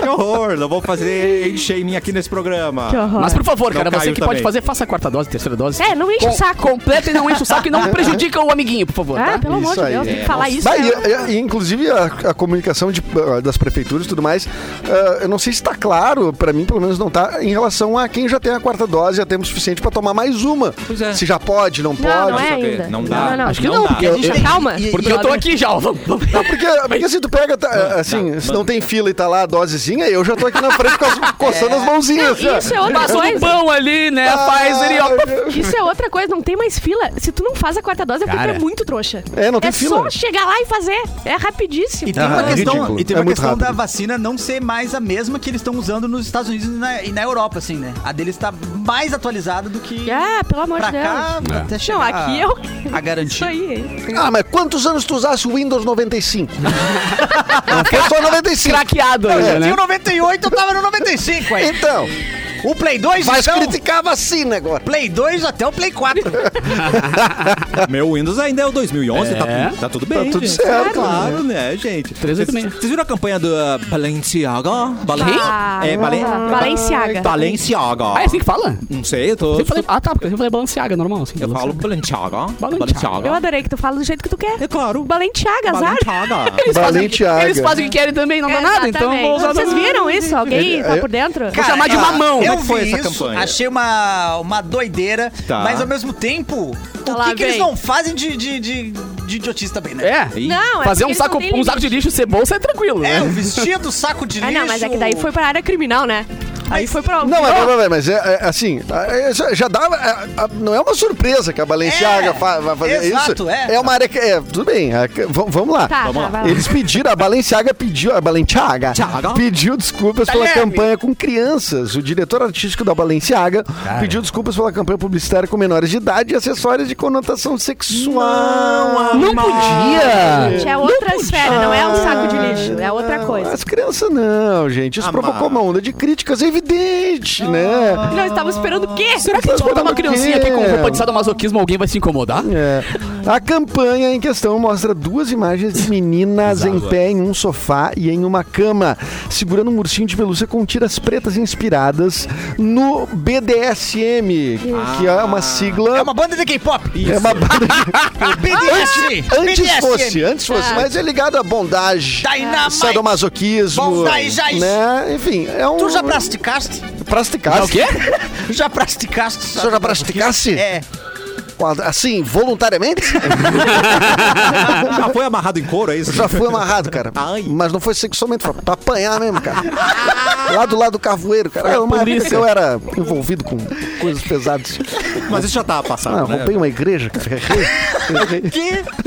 Que horror. Não vou fazer enche-me aqui nesse programa.
Que horror.
Mas por favor,
Não
cara, você
caiu
que pode
também.
fazer, faça a quarta dose, terceira dose.
É, não enche o
Com-
saco.
Completa e não enche o saco e não prejudica o amiguinho, por favor.
Ah,
tá?
pelo amor
Isso
de
aí,
Deus, tem
é.
que falar isso.
Bah,
né?
e- e- e, inclusive a, a comunicação de- ah, das prefeituras e tudo mais, ah, eu não sei se está claro, para mim pelo menos não tá, em relação a quem já tem a quarta dose, já temos suficiente para tomar mais uma.
é.
Se já pode, não,
Não,
pode.
não é
saber.
ainda.
Não dá.
Não, não,
Acho
que não,
dá.
porque a
Deixa-
gente-
Calma.
e-
Porque eu tô aqui já, ó. Vamos, vamos.
Não, porque, porque se tu pega, tá, assim, se não tem fila e tá lá a dosezinha, eu já tô aqui na frente com as- coçando as mãozinhas. assim, ó.
Isso é outra
Passou um
coisa.
pão ali, né?
Ah.
Faz ele, ó.
Isso é outra coisa, não tem mais fila. Se tu não faz a quarta dose é porque
Cara.
tu é muito trouxa.
É, não tem
é
fila.
só chegar lá e fazer. É rapidíssimo.
E tem
Ah,
uma
é
questão,
ridículo.
e tem
É
uma
muito
questão da
rápido.
vacina não ser mais a mesma que eles estão usando nos Estados Unidos e na, e na Europa, assim, né? A deles tá mais atualizada do que
Ah, pelo amor
Então, pra
de
cá,
Deus.
até chegar
Não, aqui eu.
a
Isso
garantia.
aí, hein?
Ah, mas quantos anos tu usasse o Windows 95? não foi só 95.
Craqueado ainda,
É,
né?
Tinha 98, eu tava no 95 aí.
Então, assim,
O Play 2,
vai
então...
criticar a vacina agora.
Play 2 até o Play 4.
Meu Windows ainda é o 2011, tá,
É.
tudo- tá tudo bem.
Tá tudo
gente.
certo,
Claro, né, gente?
Três, oito,
Vocês
meia.
vocês viram a campanha do uh, Balenciaga? Balen-
Ah,
é, Balen-
Balenciaga.
Balenciaga.
Ah, é assim que fala?
Não sei, eu tô...
Eu falei, ah, tá, porque eu falei Balenciaga, normal, assim.
Eu falo
Balenciaga.
Balenciaga.
Eu adorei que tu fala do jeito que tu quer.
É claro.
Balentiaga, azar.
Balenciaga.
Eles fazem, o que-
Balenciaga.
eles fazem o que querem também, não dá nada, então eu vou usar...
Vocês viram isso? Alguém tá
eu-
por dentro?
Vou chamar de mamão.
Eu
Como é que foi
vi
essa
isso,
campanha?
achei uma, uma doideira,
Tá.
mas ao mesmo tempo, o
Tá lá,
que, que eles
vem.
não fazem de, de, de, de idiotice também, né?
É,
Ih,
Não, é
fazer
porque
um
eles
saco,
não têm
um saco de
limite.
lixo ser bolsa é tranquilo,
É, o
né?
vestido, saco de lixo.
Ah, não, mas é que daí foi pra área criminal, né? Aí
Mas-
foi pra.
Não, mas, mas- mas- mas é, é, assim, é, é, já- já dá. é, é, não é uma surpresa que a Balenciaga
É,
fa- vai fazer
exato,
isso.
é.
uma área que. É, tudo bem, é, que- vamos vamos lá.
Tá,
Vamos
tá,
lá.
vai lá.
Eles pediram, a Balenciaga pediu, a Balenciaga
Thiago.
pediu desculpas pela
Guilherme.
campanha com crianças. O diretor artístico da Balenciaga pediu desculpas pela campanha publicitária com menores de idade e acessórios de conotação sexual.
Não podia!
Gente, é outra esfera, não é um saco de lixo, é outra coisa.
Ah, As crianças não, gente. Isso
Amar.
provocou uma onda de críticas evidente,
Ah.
né?
Nós estávamos esperando o quê?
Será que a gente botar uma criancinha aqui com roupa de sadomasoquismo, alguém vai se incomodar?
É. A campanha em questão mostra duas imagens de meninas em pé em um sofá e em uma cama, segurando um ursinho de pelúcia com tiras pretas inspiradas no BDSM, que é uma sigla.
É uma banda de K-pop.
é uma banda de-
BDSM.
Antes
BDSM.
fosse, antes
Ah.
fosse, mas é ligado à bondagem,
Dynamite.
sadomasoquismo,
Bondage, jazz.
né? Enfim, é um...
Tu já É prasticaste?
prasticaste?
o quê?
Já prasticaste?
senhor já prasticasse?
É.
Assim, voluntariamente?
Já foi amarrado em couro, é isso?
já fui amarrado, cara.
Ai.
Mas não foi sexualmente, foi pra apanhar mesmo, cara. Lá do lado do carvoeiro, cara. É uma época
polícia.
que eu era envolvido com coisas pesadas.
Mas isso já tá passado,
Ah,
né?
roubei uma igreja, cara. Errei.
Ah.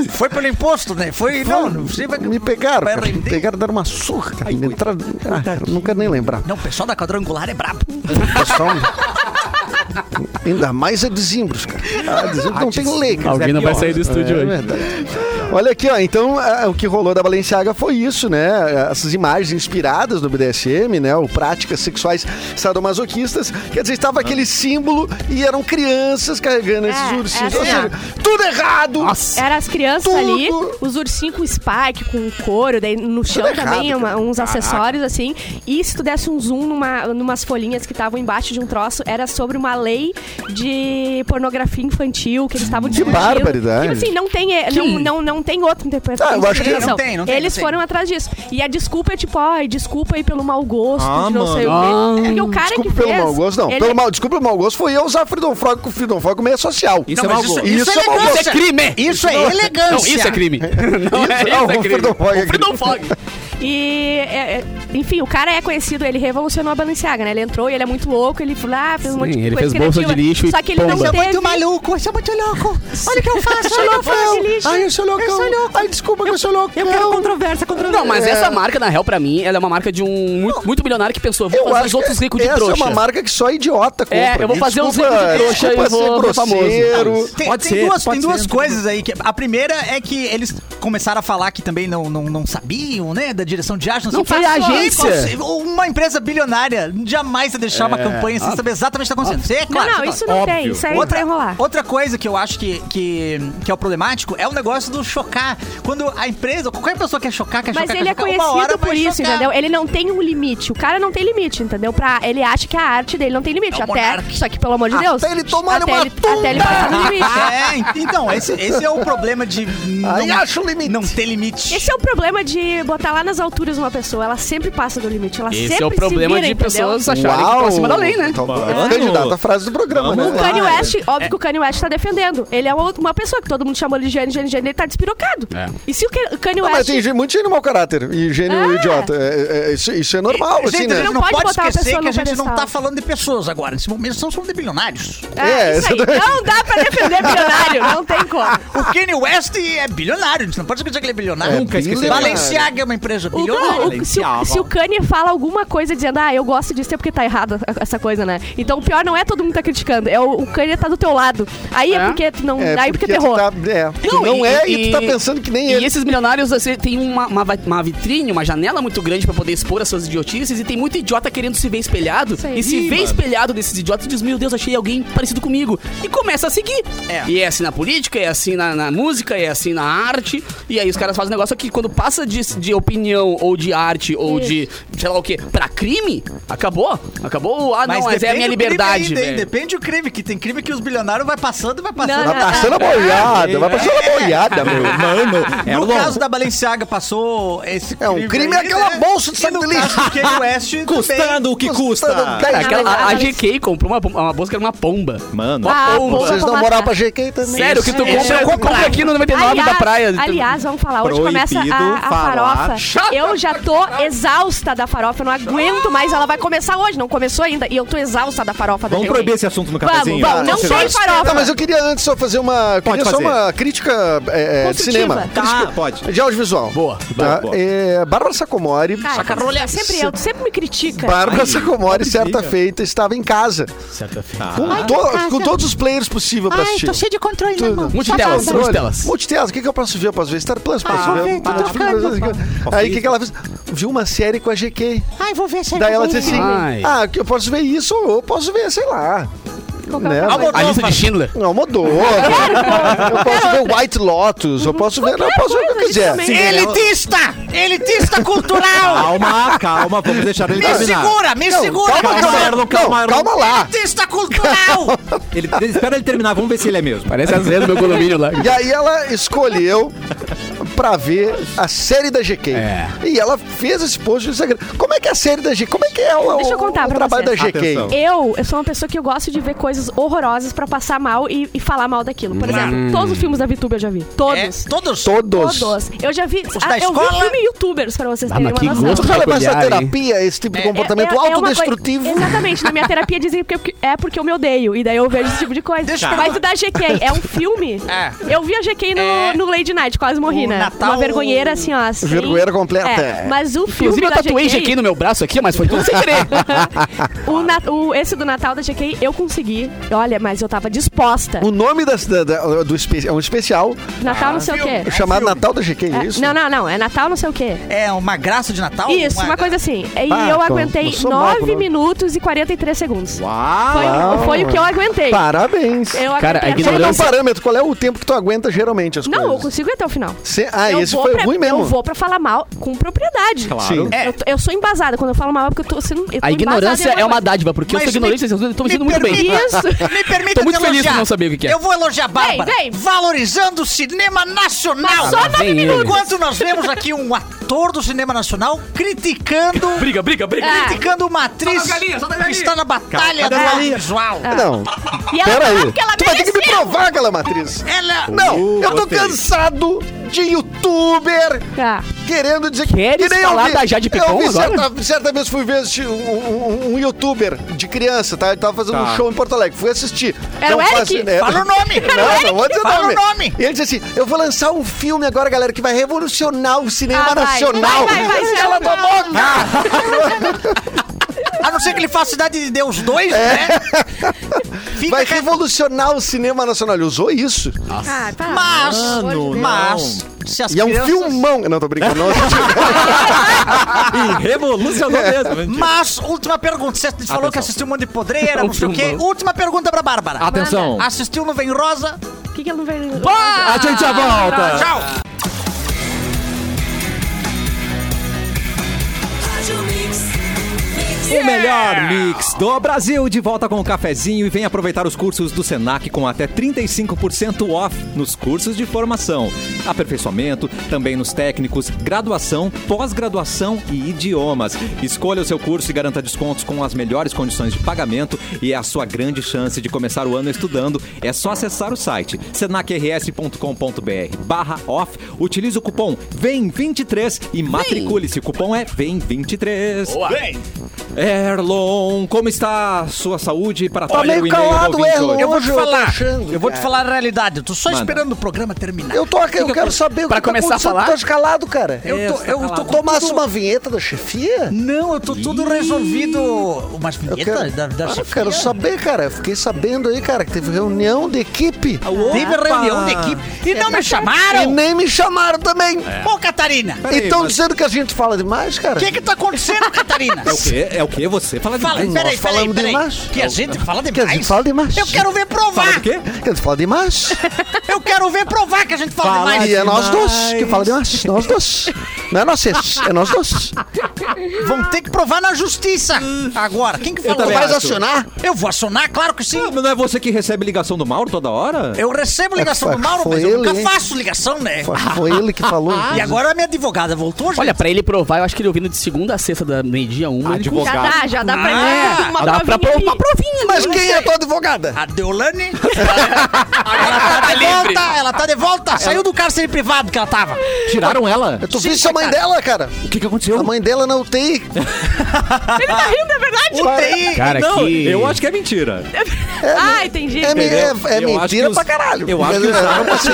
Que? Foi pelo imposto, né? Foi. Não, não sei. vai-
Me pegaram,
vai
cara. Me
render.
pegaram, deram uma surra, cara. Me entraram... Ah, cara, não quero nem lembrar.
Não, o pessoal da quadrangular é brabo.
Pessoal... Ainda mais é desimbros, cara. Ah, desimbros não tem lei, cara.
Alguém não vai sair do estúdio
É
hoje.
verdade. Olha aqui, ó. Então, a- o que rolou da Balenciaga foi isso, né? Essas imagens inspiradas do BDSM, né? Ou práticas sexuais sadomasoquistas. Quer dizer, estava aquele símbolo e eram crianças carregando esses
É,
ursinhos.
é
Ou
assim,
seja, tudo errado!
É.
Nossa.
Era as crianças
Tudo.
ali, os ursinhos com spike, com couro, daí no chão
errado,
também, uma-
cara.
uns acessórios assim. E se tu desse um zoom numa, numas folhinhas que estavam embaixo de um troço, era sobre uma lei de pornografia infantil que eles estavam discutindo.
barbaridade.
Tipo assim, não tem, eh, não, não, não tem outra interpretação.
Ah, eu acho que-
interpretação.
Não tem, não tem,
Eles
não tem.
foram atrás disso. E a desculpa é tipo, ai, desculpa aí pelo mau gosto,
Ah,
de não sei o
mano.
quê. Porque o cara
Desculpa
que fez...
pelo mau gosto, não.
ele-
Pelo mal, desculpa pelo mau gosto, foi eu usar Freedom Frog com o Freedom Frog como meia social.
Isso
Não,
é
mas
mau gosto.
Isso é mau
elegância.
gosto.
Isso é crime!
Isso é elegância.
Não, isso é crime. Não,
Isso-
é,
ah,
né,
isso
o
é crime.
Freedom Fog é
O Freedom Fog.
E, é, é, enfim, o cara é conhecido, ele revolucionou a Balenciaga, né? Ele entrou e ele é muito louco, ele foi lá, fez um
Sim,
monte de
ele
coisa
fez bolsa
criativa.
de lixo e
Só que ele
pomba.
não
Isso é
teve...
maluco, isso é muito louco. Olha o que eu faço,
Sou loucão. Ai, eu
sou loucão. Ai, desculpa que eu sou louco. Eu quero controvérsia, controvérsia.
Não, mas essa marca, na real, pra mim, ela é uma marca de um muito, muito milionário que pensou, vou fazer os
que
outros ricos de
essa
trouxa.
é uma marca que só idiota compra.
É, eu vou
Me
fazer os
desculpa-
ricos de trouxa e
desculpa
eu vou
ser
ser famoso.
grosseiro.
Tem,
Pode
tem
ser,
duas,
pode
tem duas
ser.
coisas aí. Que, a primeira é que eles começaram a falar que também não, não, não sabiam, né? Da direção de arte, não,
Não
sei
foi
o quê.
a agência.
Uma empresa bilionária jamais ia deixar
É.
uma campanha sem saber exatamente o que está acontecendo.
Ah.
É,
Não,
claro,
não,
claro.
isso não tem, isso aí não vai rolar.
Outra coisa que eu acho que, que, que é o problemático é o negócio do chocar. Quando a empresa, qualquer pessoa quer chocar, quer
Mas
chocar,
ele
quer
é
chocar, uma
conhecido
hora
por
vai
isso,
chocar.
entendeu? Ele não tem um limite. O cara não tem limite, entendeu? Pra, ele acha que a arte dele não tem limite.
É um
até,
monarca.
só que, pelo amor de
Até
Deus.
ele tomar
até
uma
ele, até ele passar do limite.
É, ent- então, esse, esse é o problema de
Ai,
não,
acho o limite.
não ter limite.
Esse é o problema de botar lá nas alturas uma pessoa. Ela sempre passa do limite. Ela
Esse
sempre
é o problema
se vira,
de
entendeu?
pessoas acharem que estão acima da lei, né?
Então,
Mano.
é candidato à frase do programa,
Vamos
né?
O
lá.
Kanye West, óbvio que o Kanye West tá defendendo. Ele é uma, uma pessoa que todo mundo chamou de gênio, gênio, gênio, ele tá despirocado.
É.
E se o Ke- Kanye
Não, mas
West.
tem gente- muito gente de mau caráter e gênio
Ah.
idiota. É, é, é, isso, isso é normal, assim,
Gente,
né?
a gente
Não
não
pode
pode
botar a
esquecer
pessoa
que a
no
gente não tá
pedestal.
falando de pessoas agora. Nesse momento, estamos falando de bilionários.
Ah,
É,
isso aí.
exatamente.
Não dá pra defender bilionário, não tem como.
O Kanye West é bilionário. A gente não pode esquecer que ele é bilionário.
Nunca esqueci.
Balenciaga é uma empresa
O,
bilionária.
o- se, o, se o Kanye fala alguma coisa dizendo, ah, eu gosto disso, é porque tá errado essa coisa, né? Então o pior não é todo mundo tá criticando, é o, o Kanye tá do teu lado. Aí é,
É.
porque tu não.
É,
aí porque tu
tu
errou.
tá- é, tu não, é e, tu tá pensando que nem
E
ele.
esses milionários assim, têm uma, uma, va- uma vitrine, uma janela muito grande pra poder expor as suas idiotices e tem muito idiota querendo se ver espelhado.
Isso aí.
E se
Ih,
vê
mano.
espelhado desses idiotas e diz, meu Deus, achei alguém parecido comigo. E começa a seguir.
É.
E é assim na política, é assim na, na música, é assim na arte. E aí os caras fazem um negócio que quando passa de, de opinião ou de arte ou
Isso.
de sei lá o quê pra crime, acabou. Acabou. Ah, não, mas é a
depende
minha
do crime
liberdade.
ainda, hein?
velho.
Depende do crime, que tem crime que os bilionários vai passando e vai passando.
Não,
Vai passando Tá a boiada, vai passando a boiada, meu.
Mano, é
No
louco.
caso da Balenciaga passou esse crime.
É, um crime é
aí,
aquela
né?
bolsa de
E
saco
no
de lixo.
caso do Kanye West também.
Custando o que custa.
Custando tá um dez
Aquela, a, a
Mas-
GK comprou uma, pom- uma bolsa que era uma pomba.
Mano,
Ah,
pomba.
pomba
Vocês
pra
não
matar.
moraram pra GK também.
Sério, que tu
Esse
compra,
é o
compra
problema.
aqui no 99 da praia.
Aliás, vamos falar, hoje
Proibido
começa a, a
falar.
farofa. Eu já tô exausta da farofa, eu não aguento mais. Ela vai começar hoje, não começou ainda. E eu tô exausta da farofa da
vamos
GK.
proibir esse assunto no
Vamos,
cafezinho.
vamos, não
Vocês
tem
acham?
farofa.
Tá, Não, mas eu queria antes só fazer uma. eu
Pode
queria só
fazer.
uma crítica é, é, de
Construtiva.
cinema.
Tá,
Crítica
pode.
De audiovisual.
Boa,
Tá?
boa, boa.
É, Bárbara Sacomori.
Cara, é
Sacarolha.
sempre eu, tu sempre me critica.
Bárbara
Ai,
Sacomori,
pobrezinha.
certa feita, estava em casa. Com,
Ai,
to-
que casa.
com todos os players possíveis pra
Ai,
assistir.
tô cheio de controle na
Tudo.
mão.
Multitelas,
Só
Olha,
multitelas.
Multitelas, o que, que eu posso ver? Eu posso ver Star Plus, posso
Ah, vou
ver.
ver, tô
Netflix,
tocando,
Brasil,
papai.
Aí o que, que ela fez? Viu uma série com a GK.
casa. Ai, vou ver se é
Daí
eu
ela
vou
disse assim:
ver.
Ai.
Ah, que eu posso ver isso ou eu posso ver, sei lá.
Qual que é
Né?
o trabalho?
A lista de Schindler.
Não, mudou. eu posso ver White Lotus, eu posso ver. Não, eu posso ver o que eu
coisa,
quiser.
a gente
Sim,
Elitista! Elitista cultural!
Calma, calma, vamos deixar ele
Me
terminar.
segura, me segura,
Calma,
Camargo!
calma, calma, calma lá.
Elitista cultural!
Ele, espera ele terminar, vamos ver se ele é mesmo.
Parece as lendas do meu condomínio lá.
E aí ela escolheu pra ver a série da GK.
É.
E ela fez esse post no Instagram. Como é que é a série da GK? Como é que é o,
Deixa eu contar
o
pra
trabalho
vocês.
da GK?
Atenção.
Eu, eu sou uma pessoa que eu gosto de ver coisas horrorosas pra passar mal e, e falar mal daquilo. Por exemplo,
Hum.
todos os filmes da VTube eu já vi. Todos.
É, todos.
Todos.
Todos. Eu já vi.
da
Ah, eu vi
escola?
filme youtubers, pra vocês
Ah, mas
terem uma
que
noção.
gosto
Tu já levaste essa
Peculiar, hein?
terapia, esse tipo de
É-
comportamento
é- é uma
autodestrutivo?
coisa- exatamente. Na minha terapia dizem que é porque- é porque eu me odeio. E daí eu vejo esse tipo de coisa.
Deixa eu
Mas o da GK é um filme.
É.
Eu vi a GK no,
É.
no Lady Night, quase morri,
O
né?
Natal-
Uma vergonheira assim, ó. Assim,
Vergonheira completa.
É. Mas o filme
Inclusive, eu
da
tatuei GQ no meu braço aqui, mas foi tudo sem querer.
O na- o- esse do Natal da GK eu consegui. Olha, mas eu tava disposta.
O nome da, da- da- do espe- é um especial
Natal não sei o
É um
quê.
chamado Natal da GK, é
É,
isso?
não, não, não. É Natal não sei o quê.
É uma graça de Natal?
Isso, uma coisa assim. E
Ah,
eu
Tom,
aguentei
eu sou mal com
9
nome.
minutos e 43 segundos. Foi,
Uau!
foi o que eu aguentei.
Parabéns.
Eu
Cara,
aguentei
Só
a
até o
me dá um
ignorância-
parâmetro, qual é o tempo que tu aguenta geralmente as
Não, eu
coisas?
consigo ir até o final.
Cê- ah,
eu
esse
vou
foi
pra-
ruim mesmo.
Eu vou É. pra falar mal com propriedade.
Claro.
Sim.
Eu, tô- eu sou embasada. Quando eu falo mal é porque eu tô sendo. Eu tô
A ignorância
embasada em
é uma
alguma
dádiva, porque eu
Mas
sou ignorante, vocês estão me
me
sentindo muito bem.
permite-
coisa. Isso.
Me permita
Tô muito
te
feliz
elogiar.
que não sabia o que que é.
Eu vou elogiar a Bárbara.
vem.
Valorizando o cinema nacional.
Mas só nove
vem minutos. ele.
Enquanto nós vemos aqui um ator do cinema nacional criticando...
Briga, briga, briga.
Ah.
criticando uma atriz que está na batalha
Cadê a galinha?
do visual.
Não,
E ela
peraí.
fala porque ela
Tu vai ter que me
mereceu.
provar, aquela matriz.
Ela...
Não,
Uh,
eu tô
gostei.
cansado de youtuber
Ah,
querendo dizer que.
Queres
que nem
falar
vi-
da Jade Picon
eu vi
agora?
Certa, certa vez fui ver assistir um, um- um youtuber de criança, tá? Ele tava fazendo
Tá.
um show em Porto Alegre. Fui assistir.
Era o Eric?
faço- é,
Fala o nome.
Não, não vou dizer
Fala
nome.
o nome.
E ele disse assim: Eu vou lançar um filme agora, galera, que vai revolucionar o cinema
Ah, vai.
nacional.
Vai,
E
vai, vai, vai,
ela
vai.
tomou. Ah,
A não ser que ele faça Cidade de Deus 2, né? Fica
vai
com-
revolucionar o cinema nacional. Ele usou isso.
ah, tá.
Mas,
Mano,
mas, se as
E é um
crianças-
filmão. Não, tô brincando. Não,
E revolucionou mesmo.
Mas, última pergunta. Você falou que assistiu um monte de podreira,
Um
não sei o quê.
filmão.
Última pergunta pra Bárbara.
Atenção.
Assistiu no Vem Rosa? Ah!
Por que, que ela não vai.
A gente já volta.
Tchau!
O melhor mix do Brasil de volta com o cafezinho e vem aproveitar os cursos do Senac com até 35% off nos cursos de formação, aperfeiçoamento, também nos técnicos, graduação, pós-graduação e idiomas. Escolha o seu curso e garanta descontos com as melhores condições de pagamento e é a sua grande chance de começar o ano estudando. É só acessar o site senacrs.com.br barra off, utilize o cupom VEM23 e matricule-se. O cupom é VEM23. Erlon, como está a sua saúde para
Tá meio
e-mail do
calado,
ouvinte
Erlon.
hoje?
Eu vou te
Hoje eu tô
falar.
achando,
Eu vou te
cara.
falar a realidade. Eu tô só
Manda.
esperando o programa terminar.
Eu tô aqui, eu quero saber o
pra
que tá
começar a
acontecendo,
falar?
Tu tá calado, cara.
Eu tô, eu tô com
Tomasse
tudo-
uma vinheta da chefia?
Não, eu tô tudo resolvido. Umas
Eu
vinhetas
quero,
da, da
Ah,
chefia?
quero saber, cara. Eu fiquei sabendo aí, cara, que teve reunião de equipe.
Teve
Opa!
reunião de equipe
É
e não me
E
chamaram.
nem me chamaram também.
É
Ô, Catarina, o
Peraí,
Então
mas-
dizendo que a gente fala demais, cara?
que que tá acontecendo, Catarina?
É o quê? É o quê? Você fala um de
Fala,
mais?
peraí, peraí,
falamos
peraí.
demais.
Que a gente fala demais.
Que a gente fala demais.
Eu quero ver
Fala
provar.
do quê?
Que a gente fala demais.
Eu quero ver provar que a gente fala,
Fala
demais.
e é nós
demais.
dois que fala demais. Nós dois. Não é nós seis, é nós dois.
Vão ter que provar na justiça. Agora, quem que falou?
também
mais?
Vais
acho.
acionar?
Eu vou acionar, claro que sim.
Ah, mas não é você que recebe ligação do Mauro toda hora?
Eu recebo ligação
É,
do Mauro,
foi
mas eu nunca
ele, hein?
faço ligação, né?
Foi- Foi ele que falou.
E Ah, agora a minha advogada voltou, gente.
Olha, pra ele provar, eu acho que ele ouvindo de segunda a sexta da meio-dia, uma. ele
Advogado.
Já dá, já dá pra
Ah,
mim uma
Dá pra
provinha
provar uma
ali.
provinha.
Mas
né?
quem é a tua advogada?
A Deolane. Agora ela tá de
livre.
volta, ela tá de volta. Saiu do cárcere privado que ela tava.
Tiraram ela?
Tu
Sim,
viste a mãe
cara.
dela, cara?
O que, que aconteceu?
A mãe dela na UTI.
Ele tá rindo, é verdade?
UTI.
Cara,
Não,
que...
eu acho que é mentira.
Ah, entendi.
É, me- é-
Entendeu? Eu
é
acho
mentira
que os-
pra caralho.
eu acho que os
Não, assim,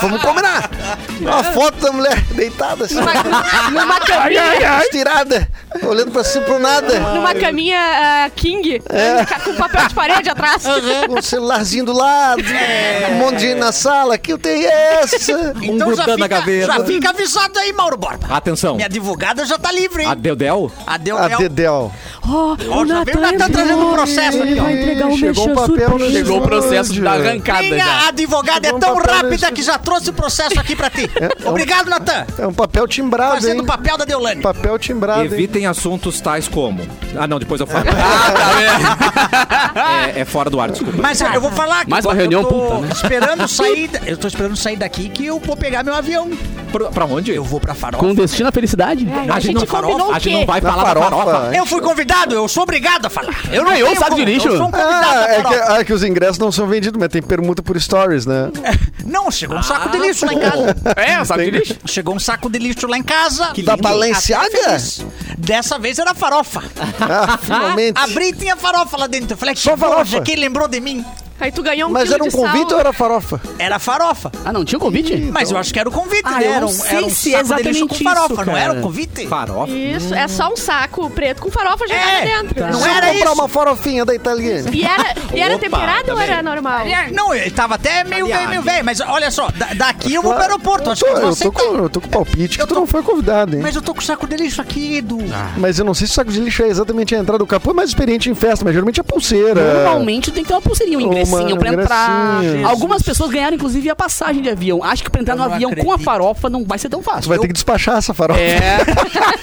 Vamos combinar. Uma foto da mulher deitada assim.
Numa caminha.
estirada. olhando pra cima pro nada.
Numa caminha ah, King,
É.
ca- com papel de parede atrás.
Com um celularzinho do lado, um monte de gente na sala, que é eu tenho essa.
Um grudando na gaveta.
então já fica avisado aí, Mauro Borba.
Atenção.
Minha advogada já tá livre, hein? é
A Deodel?
Adeu,
A
Del.
Dedel.
Oh,
Ó,
o
já
Natan
veio o Natan
entrou.
trazendo o processo
Ele
aqui, ó.
vai entregar o
Chegou
mexer
o papel,
surpresa.
Chegou o processo da arrancada
Minha
já.
advogada é
Vamos
tão
botar
rápida
nesse-
que já trouxe o processo aqui pra ti. Obrigado, Natan.
É um papel timbrado,
Fazendo
hein?
o papel da Deolane.
Papel timbrado, hein?
Evitem assuntos tais como. Ah, não, depois eu falo. é, é fora do ar, desculpa.
Mas eu vou falar que
Mais uma
eu
reunião
tô
puta, né?
esperando sair, da- eu tô esperando sair daqui que eu vou pegar meu avião.
Pra, pra onde?
Eu vou pra Farol.
Com destino à felicidade?
É, a gente combinou
a
o
gente
quê?
não vai
Na
falar da farofa.
Eu fui convidado, eu sou obrigado a falar. Eu não
Nem eu
tenho
sabe
como,
de lixo.
Eu sou um convidado
Ah,
da
é que,
Farol.
ah, é que os ingressos não são vendidos, mas tem permuta por stories, né?
Não, chegou um saco de
Ah, tá
lixo lá em casa.
É, sabe de lixo?
Chegou um saco de lixo lá em casa.
Da lindo. Balenciaga?
Até feliz. Dessa vez era farofa.
Ah, finalmente.
Abri e tinha farofa lá dentro. Eu falei que
Só farofa?
nojo, quem lembrou de mim?
Aí tu ganhou um
Mas
quilo
era um
de
convite
sal.
ou era farofa?
Era farofa.
Ah, não tinha o convite?
Então-
Mas eu acho que era o convite,
Ah,
né?
eu
Era
não
um,
sei
era um
se é
saco de lixo
exatamente
com farofa,
isso,
não
cara.
era o convite?
Farofa?
Isso, é só um saco preto com farofa jogada
É,
dentro.
não
Se eu
era
comprar
isso.
uma farofinha da italiana.
E era, e era
Opa,
temperado ou
também.
era normal?
Não, ele tava até meio, meio,
Aliás.
meio velho, mas olha só, da- daqui eu vou pro aeroporto,
Eu
acho
tô,
que eu vou
eu, tô
aceitar.
com, eu tô com palpite que
Eu
tu
tô-
não foi convidado, hein?
Mas eu tô com o saco de lixo aqui, Edu.
Mas eu não sei se o saco de lixo é exatamente a entrada. O capô é mais experiente em festa, mas geralmente é pulseira.
Normalmente tem que ter uma pulseirinha, um
Uma-
ingressinho pra
um
entrar.
ingressinho.
Algumas pessoas ganharam, inclusive, a passagem de avião. Acho que pra entrar
Eu
no
não
avião com a
acredito.
farofa não vai ser tão
Tu
fácil.
vai ter que despachar essa farofa.
É.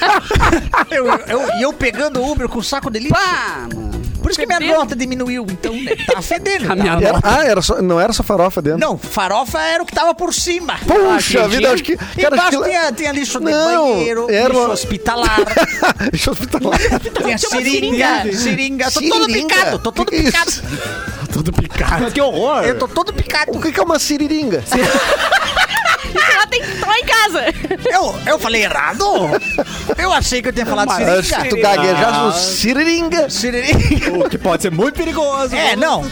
Eu- eu- E eu pegando o Uber com o saco de lixo.
Pá, mano.
Por isso que minha nota diminuiu, então né, tá fedendo.
A minha
tá?
Era- ah, era só- não era só farofa dentro?
Não, farofa era o que tava por cima.
Puxa
Ah,
vida, acho que. Cara, acho
Embaixo
que
tinha, tinha lixo de
Não,
banheiro,
era
lixo
uma-
hospitalar,
Deixa eu hospitalar.
tinha seringa, seringa. Tô todo
Seringa?
picado, tô todo
Que que é
picado.
Tudo picado.
Ah, Que horror!
Eu tô todo picado.
O que que é uma siriringa?
Ela tem
tá
que lá em casa.
Eu, eu falei errado? Eu achei que eu tinha falado
Mas-
Ah, Acho que tu
seringa.
gaguejaste no siriringa.
Seringa.
O que pode ser muito perigoso.
É, não.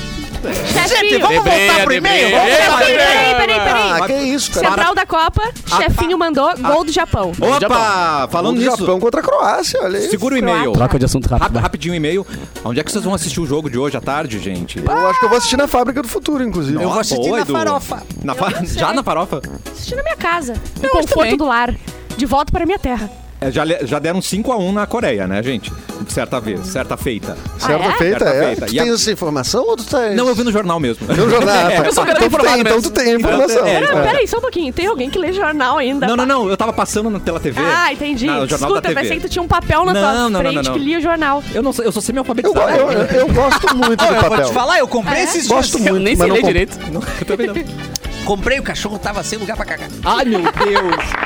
Gente,
Chefinho.
vamos
Debreia,
voltar pro
debreia.
e-mail? Vamos
Debreia,
voltar pro
Peraí,
e-mail.
peraí, peraí, peraí.
Ah, que isso, cara.
Central da Copa, chefinho mandou gol do Japão.
Opa!
Japão.
Falando
Do
nisso,
Japão contra a Croácia, olha aí.
segura o e-mail.
Troca de assunto
Rap-
rápido. vai.
rapidinho o e-mail. Onde é que vocês vão assistir o jogo de hoje à tarde, gente?
Eu acho que eu vou assistir na Fábrica do Futuro, inclusive.
Ó,
vou assistir na farofa.
Na fa-
Eu não sei.
Já na farofa?
Assisti na minha casa. No
acho também.
conforto do lar. De volta pra minha terra.
É, já, le- já deram 5x1 na Coreia, né, gente? Certa vez, certa feita.
Certa
Ah, é?
feita,
Certa
é.
feita.
Tu
E a-
tem essa informação ou tu tem?
Não, eu vi no jornal mesmo.
No jornal.
É,
tá.
eu
sou um cara
então, tu tem,
informado
então
mesmo.
tu tem a informação.
É,
Pera,
é.
peraí, só um pouquinho. Tem alguém que lê jornal ainda?
Não, não, não. Eu tava passando na- pela TV.
Ah, entendi.
Na, no jornal
Escuta,
da
pensei
TV.
que tu tinha um papel na
Não,
tua
não, não,
frente
não, não.
que lia o jornal.
Eu, não, sou- eu sou
Eu,
semi-alfabetizado. né?
eu, eu, eu gosto muito do
Eu
papel.
vou te falar, eu comprei esses dias.
Gosto
Eu
muito,
nem
mas
sei
não
ler
comp-
direito.
Não, eu também não.
Comprei, o cachorro tava sem lugar pra cagar.
Ai, meu Deus.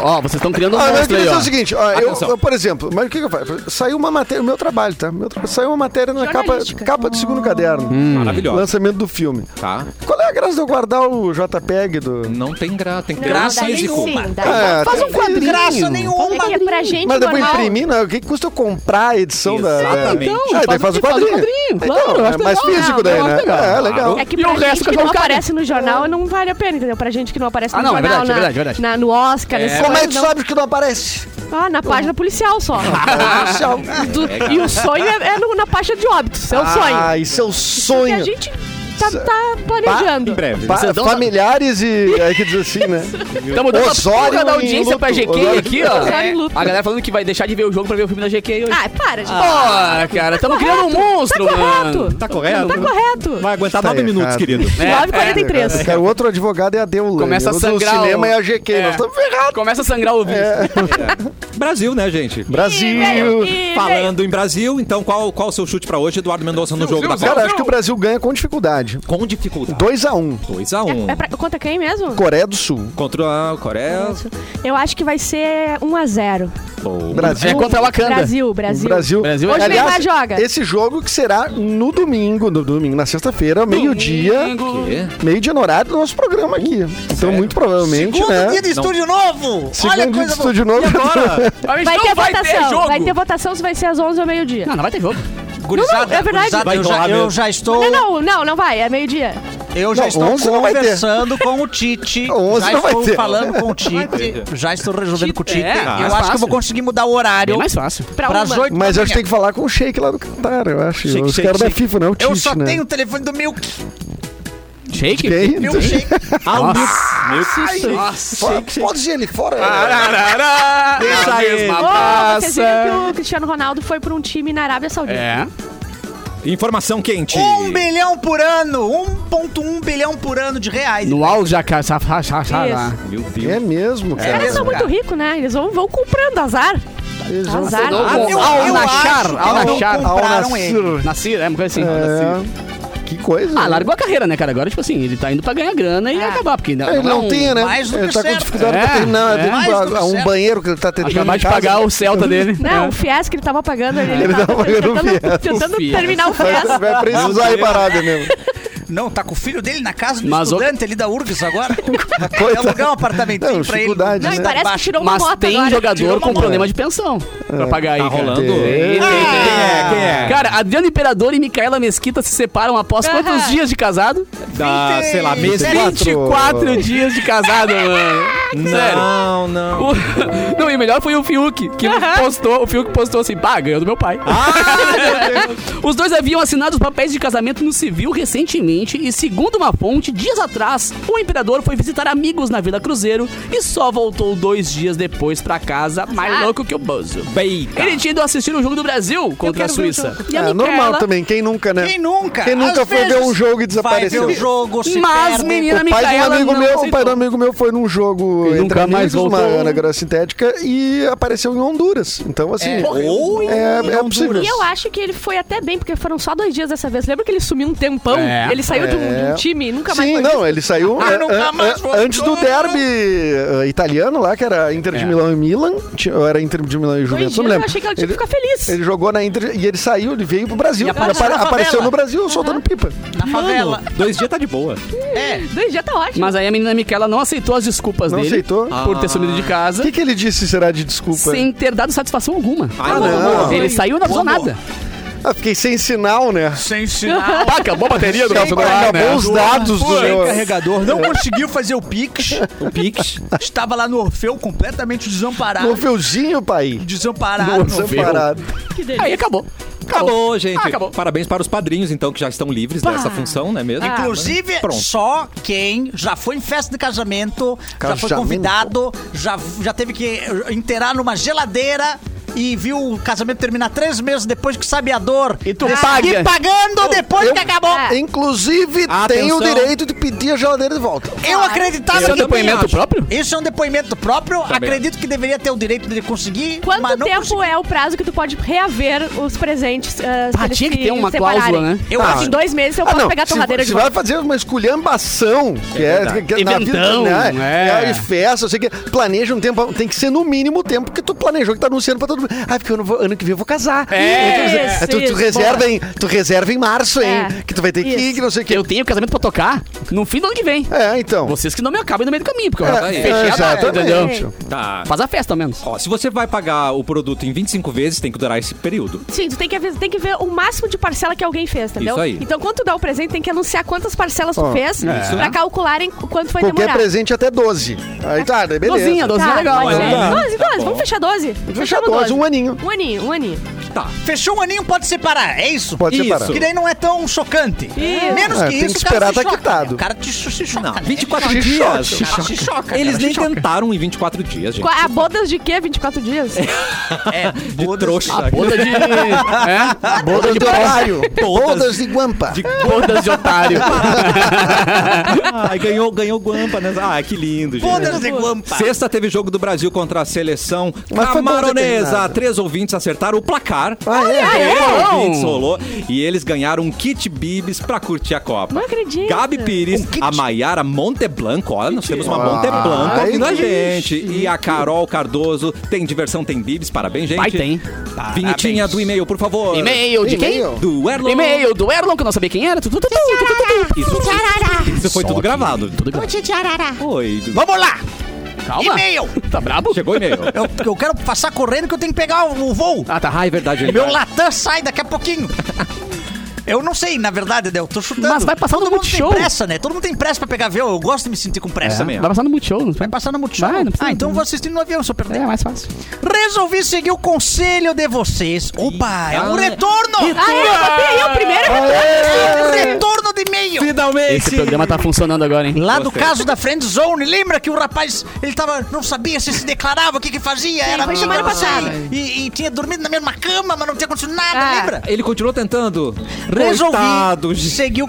Ó, vocês estão criando um
Ah, não, eu
monstro
queria
aí,
dizer
ó.
o seguinte, ó, eu,
Atenção.
eu, por exemplo, mas o que, que eu faço? Saiu uma matéria, meu trabalho, tá? Meu tra- Saiu uma matéria na capa,
Jornalística.
capa do
Hum.
segundo caderno.
Maravilhosa.
Lançamento do filme.
Tá?
Qual é a graça de eu guardar o JPEG do.
Não tem graça. Tem que ter
Graça
um físico.
nenhuma.
Ah,
Faz um
tem-
quadrinho. Graça nenhuma.
É que pra gente
Mas depois
normal...
imprimir, não, o que que custa eu comprar a edição da.
Exatamente.
Então,
Ah, daí faz o quadrinho.
Claro, eu
então,
acho
é mais
legal.
físico
Eu
daí,
acho
né?
legal.
É, legal.
É que
E o
pra
resto
gente
que
que
eu
não
vou cagar.
aparece no jornal, não vale a pena, entendeu? Pra gente que não aparece
Ah,
no
não, é
jornal,
verdade, é
na,
verdade, é verdade.
na- no Oscar, nessas
Como é que
coisas,
tu sabe que não aparece? É,
não. Ah, na página policial só.
Ah, Tchau.
Do- e o sonho é, é no- na página de óbitos, é o sonho.
Ah, isso é o
Que a
sonho.
gente tá, tá
Em
planejando.
breve.
Pa-
Vocês dão-
familiares e. Aí que diz assim, né?
Tamo dando a
Osório
porra da
em
audiência
luto.
pra GQ
Osório-
aqui, ó.
Osório em luto.
A galera falando que vai deixar de ver o jogo pra ver o filme da GQ hoje.
Ah, para, gente.
Ah, cara, tamo criando um monstro,
tá
mano.
correto.
Tá correto?
Tá correto.
Vai aguentar
Tá
nove
errado.
minutos, querido.
É,
9h43.
Cara, o outro advogado é a Deulane.
Começa a
o outro é o
sangrar o-
cinema é a GQ.
É.
Nós estamos ferrados.
Começa a sangrar o vídeo.
Brasil, né, gente?
Brasil.
E-
Falando em Brasil, então qual, qual o seu chute pra hoje, Eduardo Mendonça, no jogo da
Cara,
Copa?
acho que o Brasil ganha com dificuldade.
Com dificuldade.
2x1.
É
2x1.
pra, conta quem mesmo?
Coreia do Sul.
Contra a Coreia.
Eu acho que vai ser 1x0.
Bom.
Brasil.
É contra a Wakanda.
Brasil,
O
Brasil.
Brasil.
Brasil.
Hoje o
Aliás,
Neymar joga.
Esse jogo que será no domingo, no domingo, na sexta-feira, meio-dia.
Quê?
Meio-dia no horário do nosso programa aqui. Então, muito provavelmente,
Segundo
né?
dia de estúdio novo. Olha a
Segundo dia de
coisa boa.
estúdio novo.
Bora!
Mas
Vai
não
ter
vai Ter
votação.
jogo.
vai ter votação se vai ser às 11 ou meio-dia.
Não, não vai ter jogo.
Gurizada,
Não, não, é verdade.
gurizada,
Vai
eu,
rolar
já, eu
mesmo.
já
Não,
estou...
não, não, não vai. É meio-dia.
Eu já
Não,
estou
11 não vai ter.
conversando com o Tite.
11
já
não vai
estou
ter.
falando com o Tite. já estou resolvendo com o Tite.
É,
eu
mais
acho que eu
fácil.
vou conseguir mudar o
Bem
horário.
mais fácil.
Pra
Para as
uma.
oito
Mas
da
eu acho que tem
manhã.
que falar com o Sheik lá do Qatar, eu acho.
Sheik,
Os
Sheik,
caras da
Sheik.
FIFA, não é o Tite,
Eu só
né? é
tenho o telefone do Milk.
Shake?
Quem?
Milk Shake.
Fora- Pode ele fora.
Deixa aí.
Ô, vocês viram que o Cristiano Ronaldo foi pra um time na Arábia Saudita.
É.
Informação quente.
1 bilhão por ano. 1,1 bilhão por ano de reais.
No áudio já cai. sa- sa- sa- sa- lá.
Meu Deus.
É mesmo,
Os
cara.
caras são muito ricos, né? Eles vão, vão comprando azar.
Eles vão-
Azar. Ah,
Ao-
eu-
Ao
eu
Nachar.
acho que
Ao
não
Nachar.
compraram
Ao
ele.
Nassir. Nassir, é uma coisa assim. Nassir.
É. Que coisa.
Ah,
né?
largou a carreira, né, cara? Agora, tipo assim, ele tá indo pra ganhar grana e
Ah.
acabar, porque é ainda
Ele não tinha, né?
mais do
Ele
que
tá com
certo.
dificuldade
É,
pra terminar.
é.
Tem
Mais do
um,
que
um
certo.
banheiro que ele tá tentando.
Acabar de
em casa.
pagar o Celta dele.
Não,
É.
o fies que ele tava pagando, ele,
Ele
tava
tava pagando o
tentando,
fies.
tentando
O fies.
terminar o
Vai,
fies.
vai precisar ir parada mesmo.
Não, tá com o filho dele na casa do
Mas o-
estudante ali da URGS agora. Vai
Coitado.
alugar um apartamentinho
Não,
pra ele.
dificuldade,
Não,
né?
e parece que tirou uma
Mas
moto
tem
agora.
Tirou
jogador
uma
com
moto.
problema de pensão pra pagar aí,
Tá
cara.
rolando?
Tem,
Ah.
Quem é? Quem é?
Cara, Adriano Imperador e Micaela Mesquita se separam após
Aham.
quantos dias de casado?
Da, sei lá, mês
Vinte-
24 dias de casado, mano. Sério. Uh,
Não, não.
O- Não, e o melhor foi o Fiuk, que postou, o Fiuk postou assim, pá, ganhou do meu pai.
Ah,
Os dois haviam assinado os papéis de casamento no civil recentemente e, segundo uma fonte, dias atrás, o imperador foi visitar amigos na Vila Cruzeiro e só voltou dois dias depois pra casa, mais
Ah.
louco que o Bozo.
Beita.
Ele tinha ido assistir o jogo do Brasil contra a
quero ver o
Suíça.
jogo.
E a
É normal
Micaela-
também, quem nunca, né?
Quem nunca?
Quem nunca
Às
foi ver
vezes
um jogo e
Vai ver
desapareceu?
o jogo, se
Mas,
perde.
menina,
O pai de um
Micaela
amigo
não
meu, o
aceitou.
pai de um amigo meu foi num jogo
E
entre
nunca mais
amigos, uma
voltou.
anagra sintética e apareceu em Honduras. Então, assim,
É.
ou é, é possível.
E eu acho que ele foi até bem, porque foram só dois dias dessa vez. Lembra que ele sumiu um tempão?
É.
Ele saiu de, um, de um
É.
time e nunca mais
Sim,
foi
não, ele saiu
Ah,
eh,
nunca
an-
mais
an-
voltou. né?
antes do derby eh, italiano lá, que era Inter de
É.
Milão e Milan. Tinha- ou Era Inter de Milão e
Dois
Juventus,
dias
não me
eu
lembro.
achei que ela tinha que ficar feliz.
Ele jogou na Inter e ele saiu, ele veio pro Brasil.
E apareceu
Apare-
na favela.
apareceu no Brasil soltando pipa.
Na favela.
Dois dias tá de boa.
É.
Dois dias tá ótimo.
Mas aí a menina Micaela não aceitou as desculpas
Não
dele
aceitou?
por
Ah.
ter sumido de
O
casa.
que, que ele disse será de desculpa?
Sem ter dado satisfação alguma.
Ah,
não.
Ele saiu e não avisou
Como?
nada.
Ah, fiquei sem sinal, né?
Sem sinal.
Pá, acabou a bateria do
Sim,
meu celular,
acabou
né?
os dados do
Sem
meu-
carregador, não conseguiu fazer o Pix.
O Pix.
Estava lá no Orfeu completamente desamparado.
No feuzinho, pai. Tá
Desamparado.
Separado.
Aí acabou.
Acabou, gente.
acabou.
Parabéns para os padrinhos, então, que já estão livres dessa função, não é mesmo?
Inclusive,
Pronto.
só quem já foi em festa de casamento, já foi
Casamento.
convidado, já, já teve que eh, inteirar numa geladeira e viu o casamento terminar três meses depois que sabe a dor.
E tu
Desse-
paga.
E pagando depois
eu-
que acabou.
É.
Inclusive,
Ah,
tem
Atenção.
o direito de pedir a geladeira de volta.
Eu acreditava
Isso é um
que...
depoimento próprio?
Isso é um depoimento próprio.
Também.
Acredito que deveria ter o direito dele conseguir.
Quanto
mas não
tempo
conseguiu.
é o prazo que tu pode reaver os presentes? ah, se
Ah,
eles
tinha que
se
ter uma
separarem?
cláusula, né?
Eu
Ah,
acho
Em dois meses eu
Ah,
posso
não.
pegar a
se,
torradeira
se
de
vai
volta.
fazer uma esculhambação, que é, que, que na vida,
Inventão,
né?
é.
É. e festa, eu sei que planeja um tempo, tem que ser no mínimo o tempo que tu planejou, que tá anunciando pra todo mundo. Ai, porque eu não vou- ano que vem eu vou casar.
É.
Aí tu,
Isso,
tu reserva
boa.
em, tu reserva em março, hein?
É.
Que tu vai ter que
Isso.
ir, que não sei o
Que
que.
eu tenho um casamento pra tocar no fim do ano que vem.
É, então.
Vocês que não me acabem no meio do caminho, porque eu já
É,
fechei a data,
exatamente.
entendeu?
Tá.
Faz a festa, ao menos.
Ó, se você vai pagar o produto em 25 vezes, tem que durar esse período.
Sim, tu tem que, avis- tem que ver o máximo de parcela que alguém fez, entendeu?
Isso aí.
Então, quando tu dá o presente, tem que anunciar quantas parcelas tu
Ó,
fez pra calcularem o quanto vai
Qualquer
demorar.
presente até 12. Aí tá, daí beleza.
Dozinha, dozinha é legal.
pode
né?
ser.
Tá.
12, 12, vamos fechar 12.
Fechar
Fechamos
12, um aninho.
Um aninho, um aninho.
Fechou um aninho, pode separar. É isso?
Pode
Isso.
separar.
Que daí não é tão chocante.
Isso.
Menos
É,
que
tem
isso,
que
o cara
esperar
se
tá
choca,
quitado.
né? O cara te cho- se choca.
Não,
né?
24
Se
dias.
choca,
Cara, se choca.
Eles
cara,
nem
se choca.
tentaram em 24 dias, gente.
Qua- A bodas de quê? 24 dias?
É,
De
bodas-
trouxa.
Boda de. é?
Bodas de horário. Bodas de guampa.
Bodas de otário.
Ai, ganhou, ganhou Guampa, né? Ah, que lindo, gente.
Bodas de guampa.
Sexta teve jogo do Brasil contra a seleção
Mas foi bom ter
camaronesa.
terminado.
Três ouvintes acertaram o placar.
Ah, é?
Três
é?
ouvintes rolou. E eles ganharam um kit bibis pra curtir a Copa.
Não acredito.
Gabi Pires, a Maiara Monteblanco, ó, nós temos uma
Um Ah,
Monteblanco
ai,
ouvindo a
que
gente. E a Carol Cardoso, tem diversão, tem bibis, parabéns, gente.
Vai, tem.
Vinhetinha do e-mail, por favor.
E-mail de quem?
E-mail.
Do Erlon.
E-mail do Erlon, que eu não sabia quem era. Tu, tu, tu, tu, tu, tu, tu, tu.
Isso, isso foi
Só
tudo
que- Ah.
gravado.
Tudo gravado.
Oi,
Vamos lá.
Calma.
E-mail.
Tá brabo?
Chegou o e-mail.
É
Eu, eu quero passar correndo que eu tenho que pegar o, o voo.
Ah, tá.
Ah, é verdade.
Meu Latam sai daqui a pouquinho. Eu não sei, na verdade, Del, tô chutando.
Mas vai passar no
Todo mundo
Multishow.
tem pressa, né? Todo mundo tem pressa pra pegar avião. Eu gosto de me sentir com pressa.
também.
Vai passar no Multishow. não
É, Vai passar no Multishow?
Vai, não precisa.
ah, então eu vou assistir no avião, se eu perder.
É mais fácil.
Resolvi seguir o conselho de vocês. Opa, é um retorno!
Ah, é, eu botei aí o primeiro retorno.
Retorno de e-mail!
Finalmente!
Esse programa tá funcionando agora, hein?
Lá do
Gostei.
caso da Friend Zone, lembra que o rapaz, ele tava, não sabia se se declarava, o que que fazia, era
foi
amigo,
semana
não sei,
passada.
E, e tinha dormido na mesma cama, mas não tinha acontecido nada,
Ah.
lembra?
Ele continuou tentando. Coitado,
Resolvi
gente.
seguir o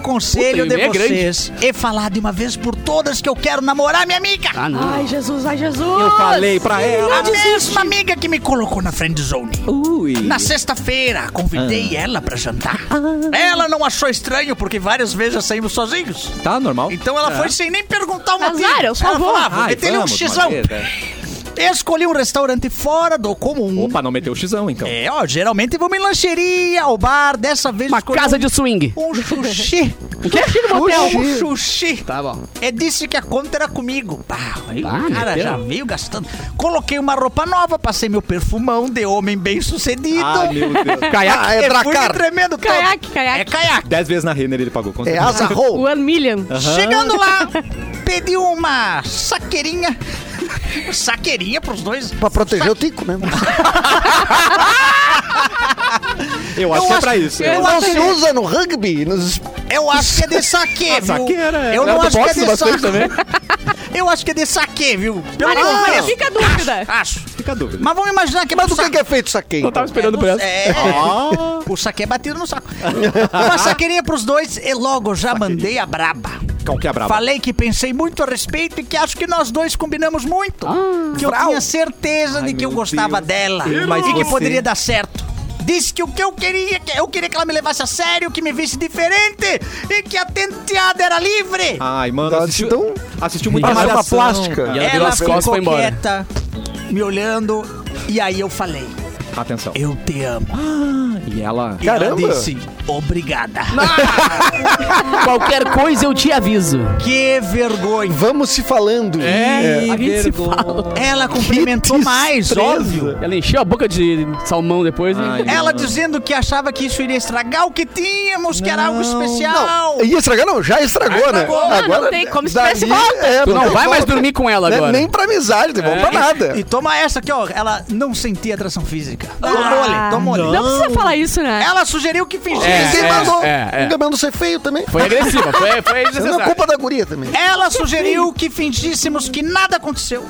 Puta,
conselho
o
de
e-mail é
vocês e falar de uma vez por todas que eu quero namorar minha amiga.
Ah, não.
Ai, Jesus, ai, Jesus.
Eu falei pra ela.
a mesma amiga que me colocou na friend zone.
Ui. Tá
Na sexta-feira, convidei
Ah.
ela pra jantar.
Ah.
Ela não achou estranho porque várias vezes já saímos sozinhos.
Tá normal?
Então ela foi sem nem perguntar uma
Azar, eu só
Ela
vou.
falava,
Ai,
meteu um
vamos,
xizão.
uma vez,
Escolhi um restaurante fora do comum.
Opa, não meteu o xizão, então.
É, ó, geralmente vou em lancheria, ao bar, dessa vez
Uma
escolhi
casa
um-
de swing.
um xuxi.
O quê? Tira o motel.
Um xuxi.
Tá bom.
É disse que a conta era comigo. Pá, aí
Ah,
o cara
meteu.
já veio gastando. Coloquei uma roupa nova, passei meu perfumão de homem bem sucedido.
Ah, meu Deus.
Caiaque.
Ah, é dracar.
tremendo todo.
Caiaque, caiaque.
É caiaque.
Dez vezes na Renner ele pagou. com
É
certeza.
asa roll.
One million.
Chegando lá, pedi uma saqueirinha. Saqueirinha pros dois.
Pra proteger o tico, né?
Eu acho que é pra isso.
Eu
Não
acho,
se usa no rugby. Nos...
eu acho que é de saque, viu?
saqueira, é.
Eu não
Eu
acho que é
boxo
de
bastante
saque.
também.
Eu acho que é de saque, viu? Pelo
Olha,
menos
olha,
parece.
fica a dúvida.
Acho.
Fica a dúvida.
Mas vamos imaginar que é
Mas do
pro
que, que é feito isso aqui?
Não tava esperando por essa.
É, o saque é batido no saco. Uma saqueirinha pros dois e logo já mandei a braba.
Qual que é a braba?
Falei que pensei muito a respeito e que acho que nós dois combinamos muito. que eu tinha certeza de que eu
meu
gostava
Deus.
dela
Mas
e que
você-
poderia dar certo. Disse que o que eu queria, que eu queria que ela me levasse a sério, que me visse diferente e que a tenteada era livre.
Ai, mano,
Então,
assistiu,
então,
assistiu muito
passa uma
Malhação.
plástica.
E
ela
Ah, ela-
virou as costas e foi embora.
quieta, me olhando, e aí eu falei,
Atenção.
eu te amo.
E ela...
E ela
Caramba.
disse, obrigada.
Qualquer coisa eu te aviso.
Que vergonha.
Vamos se falando. É.
que
a gente se
vergonha.
fala.
Ela cumprimentou mais, óbvio.
Ela encheu a boca de salmão depois. hein?
Ai,
Ela
mano.
dizendo que achava que isso iria estragar o que tínhamos, que era algo especial.
Ia estragar não, já estragou,
estragou.
né?
Ah, não tem como se tivesse volta.
é,
Tu não
tem
vai mais
volta.
dormir com ela
Né?
agora. É.
Nem pra amizade, não pra nada.
E toma essa aqui, ó. Ela não sentia atração física. Tomou-lhe, tomou-lhe.
Não precisa falar isso, né?
Ela sugeriu que fingisse.
É,
Ninguém
é,
mandou.
é, é.
Ninguém mandou ser feio também.
Foi agressiva, foi, foi
Não é
desnecessária.
culpa da guria também.
Ela sugeriu que fingíssemos que nada aconteceu.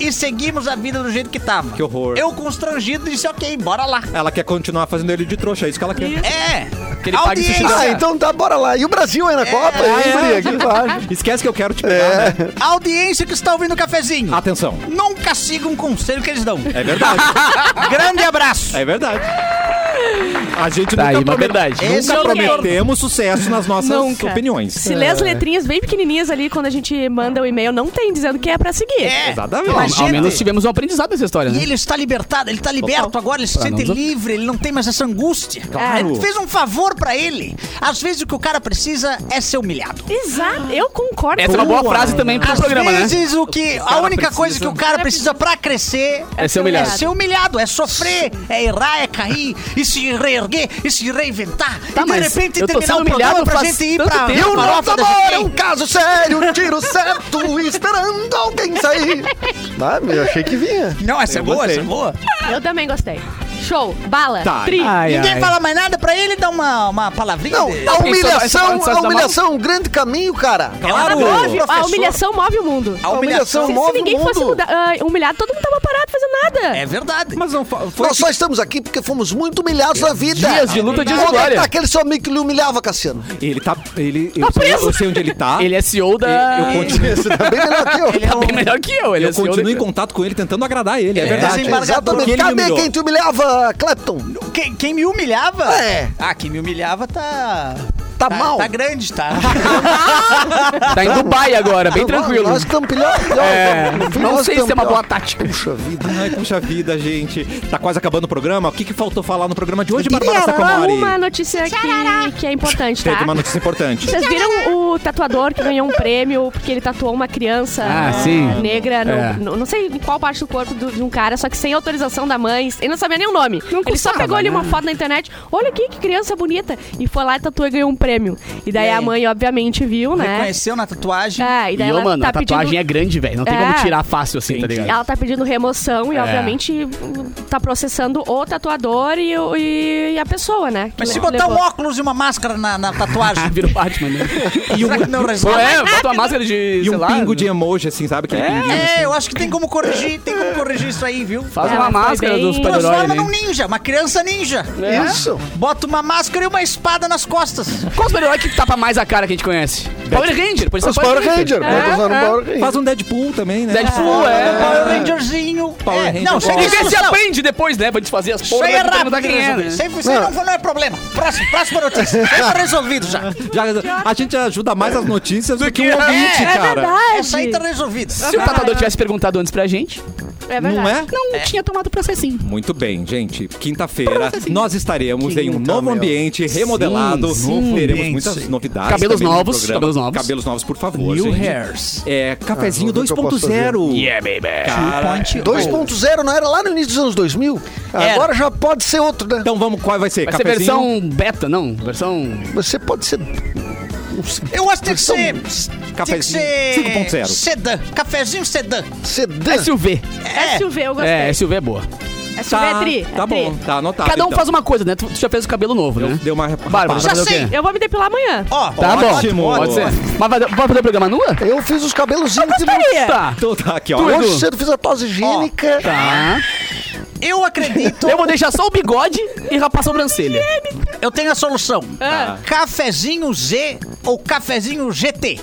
E seguimos a vida do jeito que tava.
Que horror.
Eu constrangido disse, ok, bora lá.
Ela quer continuar fazendo ele de trouxa, é isso que ela quer.
É.
Que ele pague esse
Ah,
É.
então tá, bora lá. E o Brasil aí na Copa? hein, guria? Que vai.
Esquece que eu quero te pegar,
É.
né?
audiência que está ouvindo o cafezinho.
Atenção.
Nunca siga um conselho que eles dão.
É verdade.
Grande abraço.
É verdade. A gente
Tá aí,
nunca,
uma
prome-
verdade.
nunca
é o
prometemos sucesso nas nossas
Nunca.
opiniões.
Se lê as letrinhas bem pequenininhas ali quando a gente manda o e-mail, não tem dizendo que é pra seguir.
É.
Exatamente.
Mas,
Ao- Ao
gente,
menos tivemos um aprendizado nessa história,
E
né?
ele está libertado, ele está liberto agora, ele se
Pra
sente
não-
livre, ele não tem mais essa angústia.
Claro.
Ele fez um favor pra ele. Às vezes o que o cara precisa é ser humilhado.
Exato, eu concordo.
Essa é uma boa frase também pro
Às
programa, né?
vezes o que a
cara
única coisa que
precisa-
o cara precisa pra crescer
É ser humilhado.
É ser humilhado, é sofrer, é errar, é cair e se reerguer e se reinventar.
Tá,
e de
mas
repente
eu tô
terminar
sendo
o programa
humilhado
pra
faz
gente ir
tanto
pra
tempo.
Eu não
farofa
tô
do
moro, é
Recreio.
um caso sério, tiro certo, esperando alguém sair. Ah, meu, eu achei que vinha.
Não, essa é
Eu
boa,
gostei.
essa é boa.
Eu também gostei. Show, bala,
Tá.
tri.
Ai,
Ninguém
ai.
fala mais nada pra ele, dá uma, uma palavrinha.
Não, a
de-
Esse é o- esse
humilhação,
é o
a
da
humilhação, é um grande caminho, cara.
Claro,
Move, Tá a
professor.
humilhação move o mundo.
A
A humilhação
Se,
humilhação
se
move o
ninguém fosse
mundo.
muda- ah, humilhado, todo mundo tava parado fazendo nada.
É verdade.
Mas não fa- foi.
Nós só estamos aqui porque fomos muito humilhados na vida.
Dias de luta, dias de
Onde
glória.
tá Aquele seu amigo que lhe humilhava, Cassiano.
Ele tá. Ele, eu,
Tá
sei,
preso.
eu sei onde ele tá.
Ele é CEO da...
Eu continuo,
Isso, tá bem melhor que eu.
Ele é um-
Bem melhor que eu, ele é
eu
CEO
continuo em
da...
contato com ele tentando agradar ele, é,
Ele é
verdade.
desembargador.
Porque
Exatamente.
ele me
Cadê
humilhou.
quem te humilhava, Clapton?
Quem, quem me humilhava?
É.
Ah, quem me humilhava tá.
tá,
Tá,
mal.
tá grande, tá?
Tá em Dubai agora, bem tranquilo.
Nós estamos pilhar, pilhar,
É,
no fim
não
nós
sei se
tamo
é uma
pilhar.
boa tática.
Puxa vida.
Ai, puxa vida, gente. Tá quase acabando o programa. O que, que faltou falar no programa de hoje, Bárbara
Ah,
Sacomori?
Uma notícia que, que é importante, tá?
Teve uma notícia importante.
Vocês viram o tatuador que ganhou um prêmio porque ele tatuou uma criança
Ah, sim.
negra, no-
É.
no- não sei em qual parte do corpo do- de um cara, só que sem autorização da mãe. Ele não sabia nem o nome.
Não
ele só
custava,
pegou ali
né?
uma foto na internet. Olha aqui, que criança bonita. E foi lá e tatuou e ganhou um prêmio. E daí
E aí?
a mãe, obviamente, viu, né?
Reconheceu na tatuagem.
Ah, e
E,
daí
ô,
ela
mano,
tá
a tatuagem
pedindo...
é grande, velho. Não tem como
É.
tirar fácil assim, tá ligado?
Ela tá pedindo remoção e,
É.
obviamente, tá processando o tatuador e, o- e a pessoa, né? que
Mas se
levou-
botar um óculos e uma máscara na, na tatuagem,
Ah, vira o Batman, né?
e será que não
Pô,
resolve?
é, bota uma máscara de,
E
sei
um
lá, né?
pingo de emoji, assim, sabe? Aquele pinguinho.
É, eu acho que tem como corrigir, tem como corrigir isso aí, viu?
Faz
Ela
uma
foi
máscara
bem-
do super-herói,
Transforma
né?
num ninja, uma criança ninja.
Isso.
Bota uma máscara e uma espada nas costas.
Qual super-herói é que tapa mais a cara que a gente conhece? Power Ranger, pode ser
Os Power Ranger.
É,
Pode usar no
é.
Power Ranger.
Faz um Deadpool também, né?
Deadpool,
É,
é.
Power Rangerzinho.
Power
é.
Ranger
Não,
Power
segue
E vê se
discussão.
aprende depois, né? Pra desfazer as
Isso
porra.
aí é
pra perguntar
rápido
quem
de
é,
resolver.
né?
Isso aí, isso aí
Não.
não, foi- não é problema. Próximo, próxima notícia. Isso tá resolvido já.
Já, a gente ajuda mais as notícias do que
que-
o ouvinte,
É
cara.
verdade.
Essa aí tá resolvida.
Se o tatuador tivesse perguntado antes pra gente,
É verdade.
Não é?
não tinha tomado processinho.
Muito bem, gente. Quinta-feira nós estaremos em um novo ambiente remodelado.
assim, sim. Novo
Teremos
ambiente.
muitas novidades.
Cabelos
também no
novos,
programa.
cabelos novos.
Cabelos novos, por favor. gente.
hairs.
É, cafezinho
Ah, vou ver o que eu posso
2.0.
baby.
Cara,
2.0 não era lá no início dos anos 2000?
Era.
Agora já pode ser outro, né?
então vamos, qual vai ser?
Vai ser versão beta, não? Versão...
Você pode ser...
Eu acho que tem que
São
ser. Tem que
cafezinho
ser.
5.0
Sedã. Cafezinho sedã.
Sedã.
SUV.
É.
SUV, eu gostei.
É, SUV é boa.
SUV é
Tá,
tri. é
tá
tri.
bom, tá anotado.
Cada um
então.
faz uma coisa, né? Tu, tu já fez o cabelo novo, né?
Deu uma
Bárbara,
rapada.
já
sei.
sei.
Eu vou me depilar amanhã.
Ó,
Tá bom,
Ótimo.
pode ser. Mas vai, vai fazer o programa nua?
Eu fiz os cabelos íntimos.
Tá.
Então tá aqui, ó.
Tu-
Hoje
Edu.
cedo fiz a tosse higiênica.
Tá.
eu acredito.
Eu vou deixar só o bigode e rapar a sobrancelha.
Eu tenho a solução.
Ah.
Cafezinho Z ou cafezinho GT?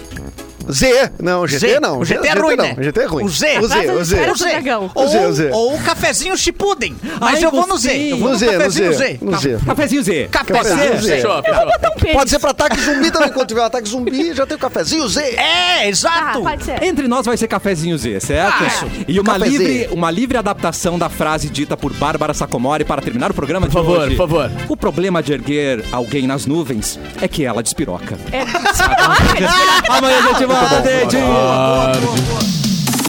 Z. Não, GT
Z
não.
O GT é ruim,
não.
né?
GT é ruim.
O Z.
O Z, o Z.
Era
O Z.
dragão.
Ou,
O Z, o Z.
ou o cafezinho Chipuden. Mas
Ai,
eu vou no
gostei.
Z. Eu vou
No Z, no
cafezinho
Z. No Z.
Cafezinho Z.
Cafezinho
Cafezinho
Z.
Z.
Fechou, fechou.
Bota um pênis.
Pode ser pra ataque zumbi também. Quando tiver um ataque zumbi, já tem o cafezinho Z.
É,
Ah,
exato.
pode ser.
Entre nós vai ser cafezinho Z, certo?
Ah,
Isso. E uma
Cafezinho.
livre, uma livre adaptação da frase dita por Bárbara Sacomori para terminar o programa de
Por favor,
hoje.
por favor.
O problema de erguer alguém nas nuvens é que ela despiroca.
É. Olha,
Ah,
Amanhã a gente volta, gente.
Boa, boa, boa.